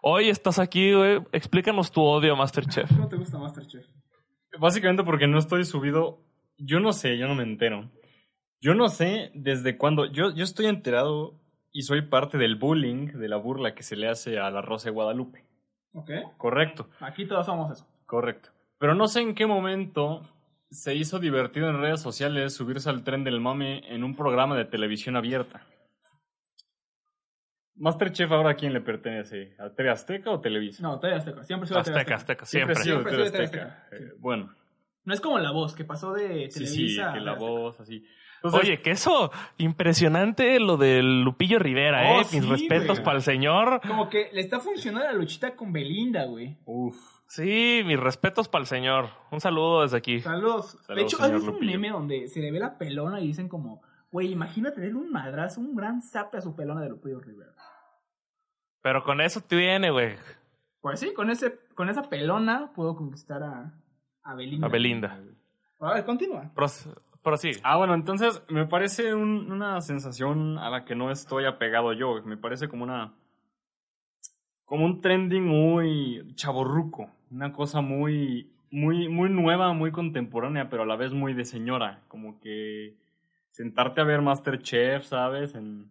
B: Hoy estás aquí, güey. Explícanos tu odio a Masterchef.
C: ¿Cómo te gusta Masterchef?
A: Básicamente porque no estoy subido. Yo no sé, yo no me entero. Yo no sé desde cuándo. Yo, yo estoy enterado y soy parte del bullying, de la burla que se le hace a la Rosa de Guadalupe.
C: Ok.
A: Correcto,
C: Aquí todos somos eso.
A: correcto. Pero no sé en qué momento se hizo divertido en redes sociales subirse al tren del mame en un programa de televisión abierta. Masterchef ahora a quién le pertenece? ¿A TV Azteca o Televisa?
C: No, TV Azteca. Siempre soy de TV
B: Azteca, Azteca, siempre.
A: ha sido de
C: Siempre ha sido
A: TV
C: de
A: Azteca.
C: TV Azteca, sí.
A: Eh, bueno,
C: No es como la voz que pasó de
A: sí, sí,
C: Televisa.
A: que
C: a
A: la
C: Azteca.
A: voz así. Entonces,
B: Oye, que eso, impresionante lo del Lupillo Rivera,
C: Oh,
B: ¿eh?
C: sí,
B: Mis respetos
C: güey.
B: para el señor.
C: Como que le está funcionando la luchita con Belinda, güey.
A: Uf.
B: Sí, mis respetos para el señor. Un saludo desde aquí.
C: Saludos. de
A: Saludos,
C: hecho, hay
A: señor
C: un
A: Lupillo.
C: meme donde se le ve la pelona y dicen como, güey, imagina tener un madrazo, un gran zape a su pelona de Lupillo Rivera.
B: Pero con eso tiene, güey.
C: Pues sí, con ese, con esa pelona puedo conquistar a, a Belinda.
B: A Belinda.
C: A ver, continúa.
B: Pros- prosigue.
A: Ah, bueno, entonces me parece un- una sensación a la que no estoy apegado yo. Me parece como una. como un trending muy chaborruco. Una cosa muy. muy, muy nueva, muy contemporánea, pero a la vez muy de señora. Como que sentarte a ver Masterchef, ¿sabes? En-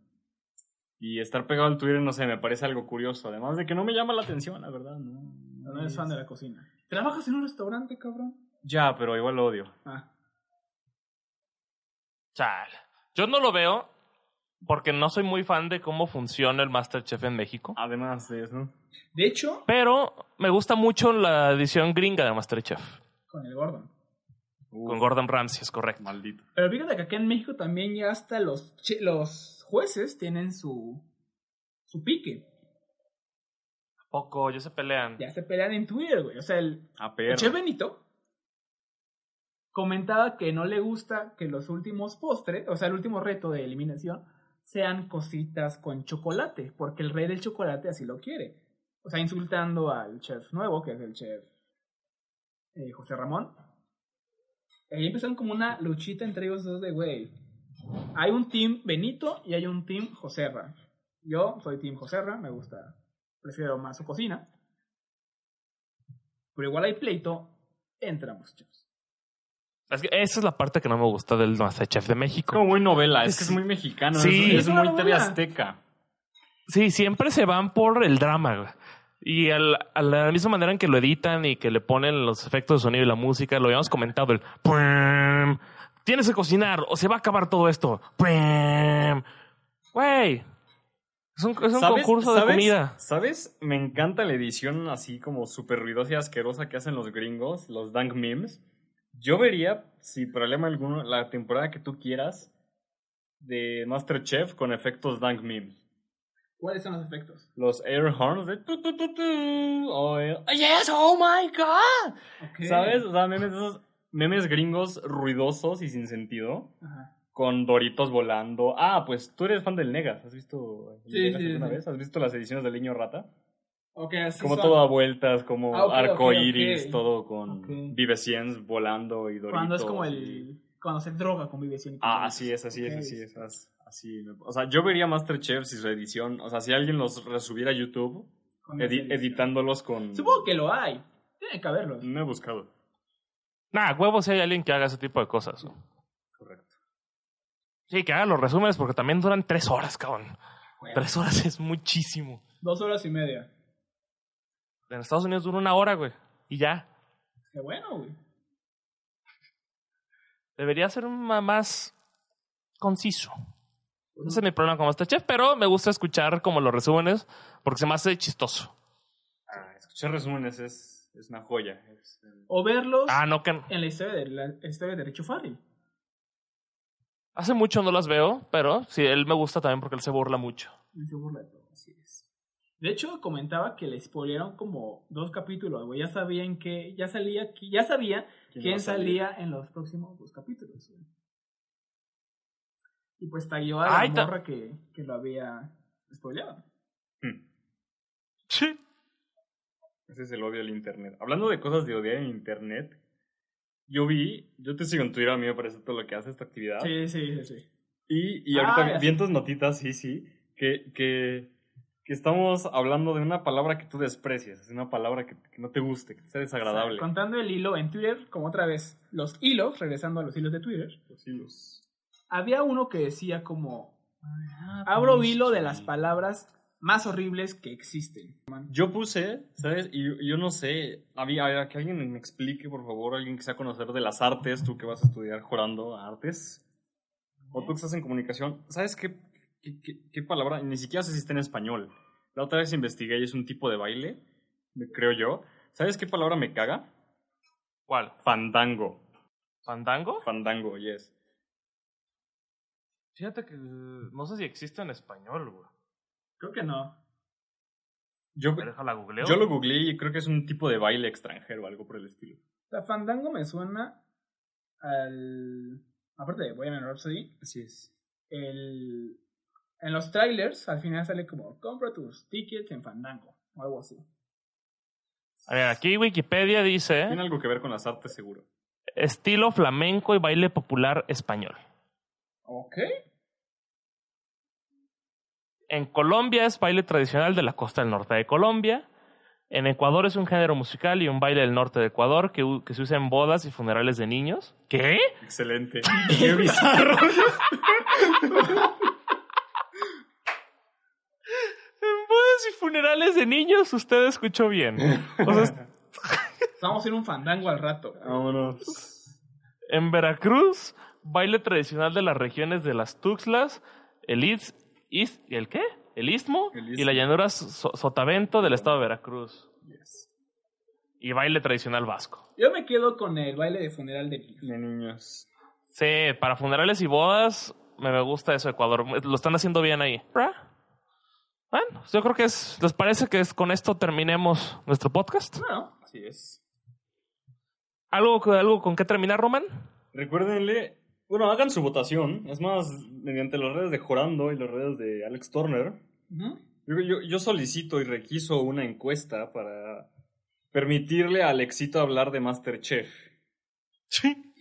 A: y estar pegado al Twitter, no sé, me parece algo curioso. Además de que no me llama la atención, la verdad, no.
C: No eres fan de la cocina. ¿Trabajas en un restaurante, cabrón?
A: Ya, pero igual lo odio.
C: Ah,
B: Chale. Yo no lo veo porque no soy muy fan de cómo funciona el Masterchef en México.
A: Además de eso.
C: de hecho,
B: Pero me gusta mucho la edición gringa de Masterchef.
C: con el Gordon.
A: Uf,
B: Con Gordon Ramsay, es correcto.
A: Maldito.
C: Pero fíjate que acá en México también ya hasta los, che- los jueces tienen su, su pique.
B: Poco, ellos se pelean.
C: Ya se pelean en Twitter, güey. O sea, el,
A: A
C: El
A: perro.
C: chef Benito comentaba que no le gusta que los últimos postres, o sea, el último reto de eliminación, sean cositas con chocolate, porque el rey del chocolate así lo quiere. O sea, insultando al chef nuevo, que es el chef eh, José Ramón. Ahí empezaron como una luchita entre ellos dos de, güey, hay un team Benito y hay un team Joserra. Yo soy team Joserra, me gusta, prefiero más su cocina. Pero igual hay pleito entre ambos chefs.
B: Es que esa es la parte que no me gusta del Masterchef de México.
A: como muy novela, es
B: Es-
A: que es muy mexicano,
B: Sí.
A: es, es
C: Es una
A: muy TV
C: novela.
A: Azteca.
B: Sí, siempre se van por el drama. güey. Y al- a la misma manera en que lo editan y que le ponen los efectos de sonido y la música, lo habíamos comentado, el... pum, Tienes que cocinar o se va a acabar todo esto. Pum. Güey. Es un, es un concurso de
A: ¿Sabes?
B: comida.
A: ¿Sabes? Me encanta la edición así como súper ruidosa y asquerosa que hacen los gringos, los dank memes. Yo vería, sin problema alguno, la temporada que tú quieras de Masterchef con efectos dank memes.
C: ¿Cuáles son los efectos?
A: Los air horns de tu, tu, tu, tu, o el, Yes, oh my god.
C: Ok.
A: ¿Sabes? O sea, memes de esos memes gringos ruidosos y sin sentido.
C: Ajá.
A: Con doritos volando. Ah, pues tú eres fan del Negas. ¿Has visto el
C: Sí,
A: Negas
C: sí,
A: alguna
C: sí.
A: vez? ¿Has visto las ediciones del Niño Rata?
C: Ok, así
A: Como
C: son.
A: todo a vueltas, como
C: Ah, ok, ok,
A: arcoiris,
C: ok.
A: todo con
C: Ok.
A: Vive Ciens volando y doritos.
C: Cuando es como
A: y-
C: el. Cuando se droga con viveción. y con
A: Ah,
C: drogas.
A: así es, así es,
C: Ok.
A: así es. as- Así me- O sea, yo vería Masterchef si su edición, o sea, si alguien los resubiera a YouTube,
C: Con
A: edi-
C: esa edición.
A: editándolos con...
C: Supongo que lo hay. Tiene que haberlo.
A: No he buscado.
B: Nah, huevos si hay alguien que haga ese tipo de cosas. ¿no?
A: Correcto.
B: Sí, que haga los resúmenes porque también duran tres horas, cabrón. Tres horas es muchísimo.
C: Dos horas y media.
B: En Estados Unidos dura una hora, güey. Y ya.
C: Qué bueno, güey.
B: Debería ser ma- más conciso. Ese es mi problema con Masterchef, pero me gusta escuchar como los resúmenes porque se me hace chistoso.
A: Ah, escuchar resúmenes es, es una joya. Es, eh,
C: O verlos
B: Ah, no, que
C: en la historia de, la, la historia de Richo Farrell.
B: hace mucho no las veo, pero sí, él me gusta también porque él se burla mucho.
C: Él se burla de todo, así es. De hecho, comentaba que le spoilearon como dos capítulos, güey. Ya sabían que. Ya salía. que- Ya sabía
A: ¿quién
C: quién,
A: va a salir?
C: salía en los próximos dos capítulos, güey. Y pues taguió a
B: Ay,
C: la
B: ta-
C: morra que, que lo había spoileado.
A: Hmm,
B: Sí.
A: Ese es el odio al internet. Hablando de cosas de odiar en internet, yo vi, yo te sigo en Twitter, a mí me parece todo lo que hace esta actividad.
C: Sí, sí, sí, sí.
A: Y, y
C: Ah,
A: ahorita
C: ya
A: vi- vi en tus notitas, sí, sí, que, que, que estamos hablando de una palabra que tú desprecias, es una palabra que, que no te guste, que te sea
C: O
A: desagradable.
C: sea, contando el hilo en Twitter, como otra vez, los hilos, regresando a los hilos de Twitter,
A: Los hilos.
C: había uno que decía como,
B: Ah,
C: abro
B: pues,
C: hilo de las palabras más horribles que existen.
A: Yo puse, ¿sabes? Y yo, yo no sé, a mí- a- que alguien me explique, por favor, alguien que sea conocer de las artes, tú que vas a estudiar jurando artes, o tú que estás en comunicación, ¿sabes qué, qué, qué- qué palabra? Ni siquiera sé si está en español. La otra vez investigué y es un tipo de baile, me- creo yo. ¿Sabes qué palabra me caga?
B: ¿Cuál?
A: Fandango.
B: ¿Fandango?
A: Fandango, yes.
B: Fíjate que eh, no sé si existe en español, güey.
C: Creo que no.
A: Yo,
B: Pero déjala googleo.
A: yo lo googleé y creo que es un tipo de baile extranjero, algo por el estilo.
C: La fandango me suena al... Aparte de Bohemian Rhapsody,
A: Así es.
C: el... En los trailers, al final sale como, compra tus tickets en fandango, o algo así.
B: A ver, aquí Wikipedia dice
A: Tiene algo que ver con las artes, seguro.
B: estilo flamenco y baile popular español.
C: Ok.
B: En Colombia es baile tradicional de la costa del norte de Colombia. En Ecuador es un género musical y un baile del norte de Ecuador que, u- que se usa en bodas y funerales de niños. ¿Qué?
A: Excelente. Qué bizarro.
B: En bodas y funerales de niños, usted escuchó bien.
A: *laughs*
B: O sea, es-
C: Vamos a ir a un fandango al rato.
A: Vámonos.
B: en Veracruz, baile tradicional de las regiones de las Tuxtlas, el Istmo, ¿el qué? El Istmo
A: El
B: y
A: Istmo.
B: la llanura so- Sotavento del estado de Veracruz.
A: Yes.
B: Y baile tradicional vasco.
C: Yo me quedo con el baile de funeral de niños.
A: De niños.
B: Sí, para funerales y bodas me, me gusta eso, Ecuador. Lo están haciendo bien ahí. Ra. Bueno, yo creo que es. ¿Les parece que es, con esto terminemos nuestro podcast?
C: Bueno,
A: Así es.
B: ¿Algo, que- algo con qué terminar, Roman?
A: Recuérdenle, bueno, hagan su votación. Es más, mediante las redes de Jorando y las redes de Alex Turner,
C: ujú.
A: Yo, yo- yo solicito y requiso una encuesta para permitirle a Alexito hablar de Masterchef.
B: Sí.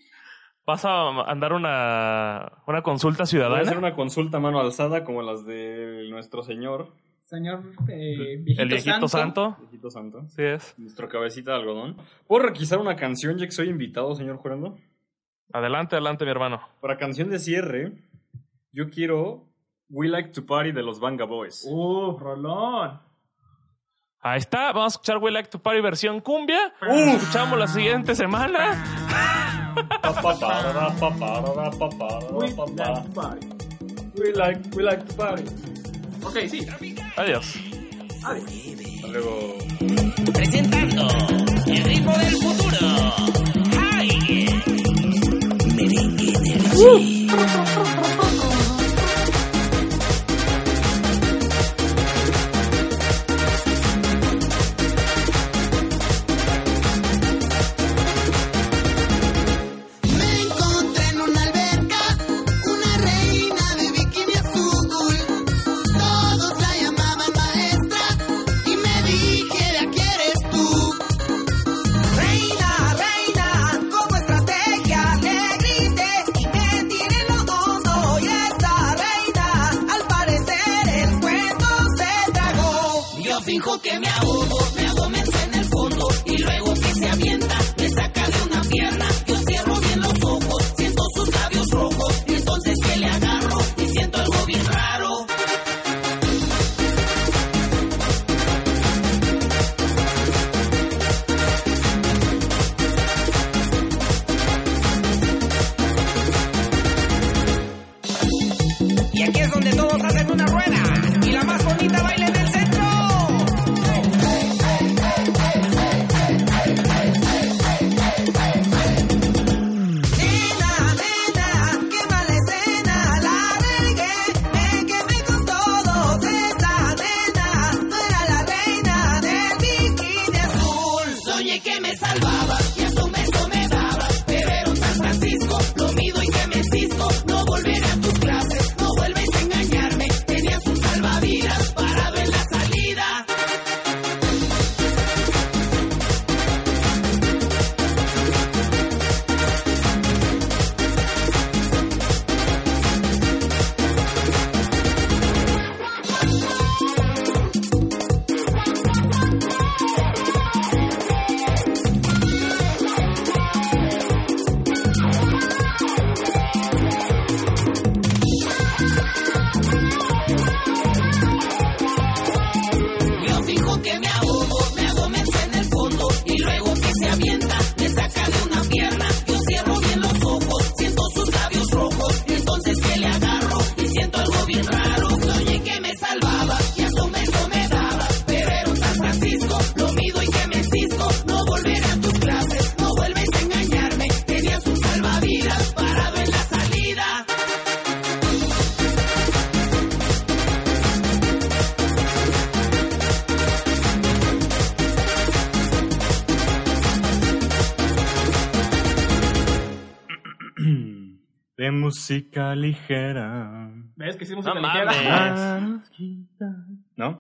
B: ¿Vas a andar una, una consulta
A: Voy a
B: ciudadana?
A: hacer una consulta a mano alzada como las de nuestro señor,
C: Señor eh, viejito
B: El viejito santo.
A: Alejito Santo,
B: Sí es.
A: nuestro cabecita de algodón. ¿Puedo requisar una canción ya que soy invitado, señor Jurando?
B: Adelante, adelante, mi hermano.
A: Para canción de cierre, yo quiero We Like to Party de los Banga Boys.
C: Uf, Rolón.
B: Ahí está. Vamos a escuchar We Like to Party versión cumbia. Escuchamos la siguiente semana.
A: Pa, pa, pa, pa, pa, pa, pa, pa,
C: We
A: pa, pa.
C: like party.
A: We like, we like to party.
C: Ok, sí.
B: Adiós.
C: Adiós.
A: Hasta luego.
D: presentando el ritmo del futuro. ¡Ay! Merengue Energy. finjo que me ahogo, me abomenza en el fondo y luego que se avienta, me saca de una pierna, yo cierro bien los ojos, siento sus labios rojos, y entonces que le agarro y siento algo bien raro. Y aquí es donde todos hacen una rueda. Y la más bonita baila en el centro. Nena, nena, qué mala escena. La regué, Eh, me quemé con todos. Esta nena no era la reina del bikini azul. Soñé que me salvaba y hasta un beso me daba. Pero era un San Francisco, lo mido y que me cisco. No volveré a tus clases, no vuelves a engañarme. Tenías un salvavidas para ver la salida. Yo fijo que me ahogo, me abomenza en el fondo y luego que se avienta, me saca de una pierna. Yo cierro bien los ojos, siento sus labios rojos, y entonces que le agarro y siento algo bien raro. Soñé que me salvaba y hasta un beso me daba, pero era un San Francisco, lo mido y que me cisco. No volver a tus clases, no vuelves a engañarme. Tenías un salvavidas parado en la salida.
A: De música ligera.
C: ¿Ves que hicimos
B: No
C: una ligera?
B: mames.
A: Más quita.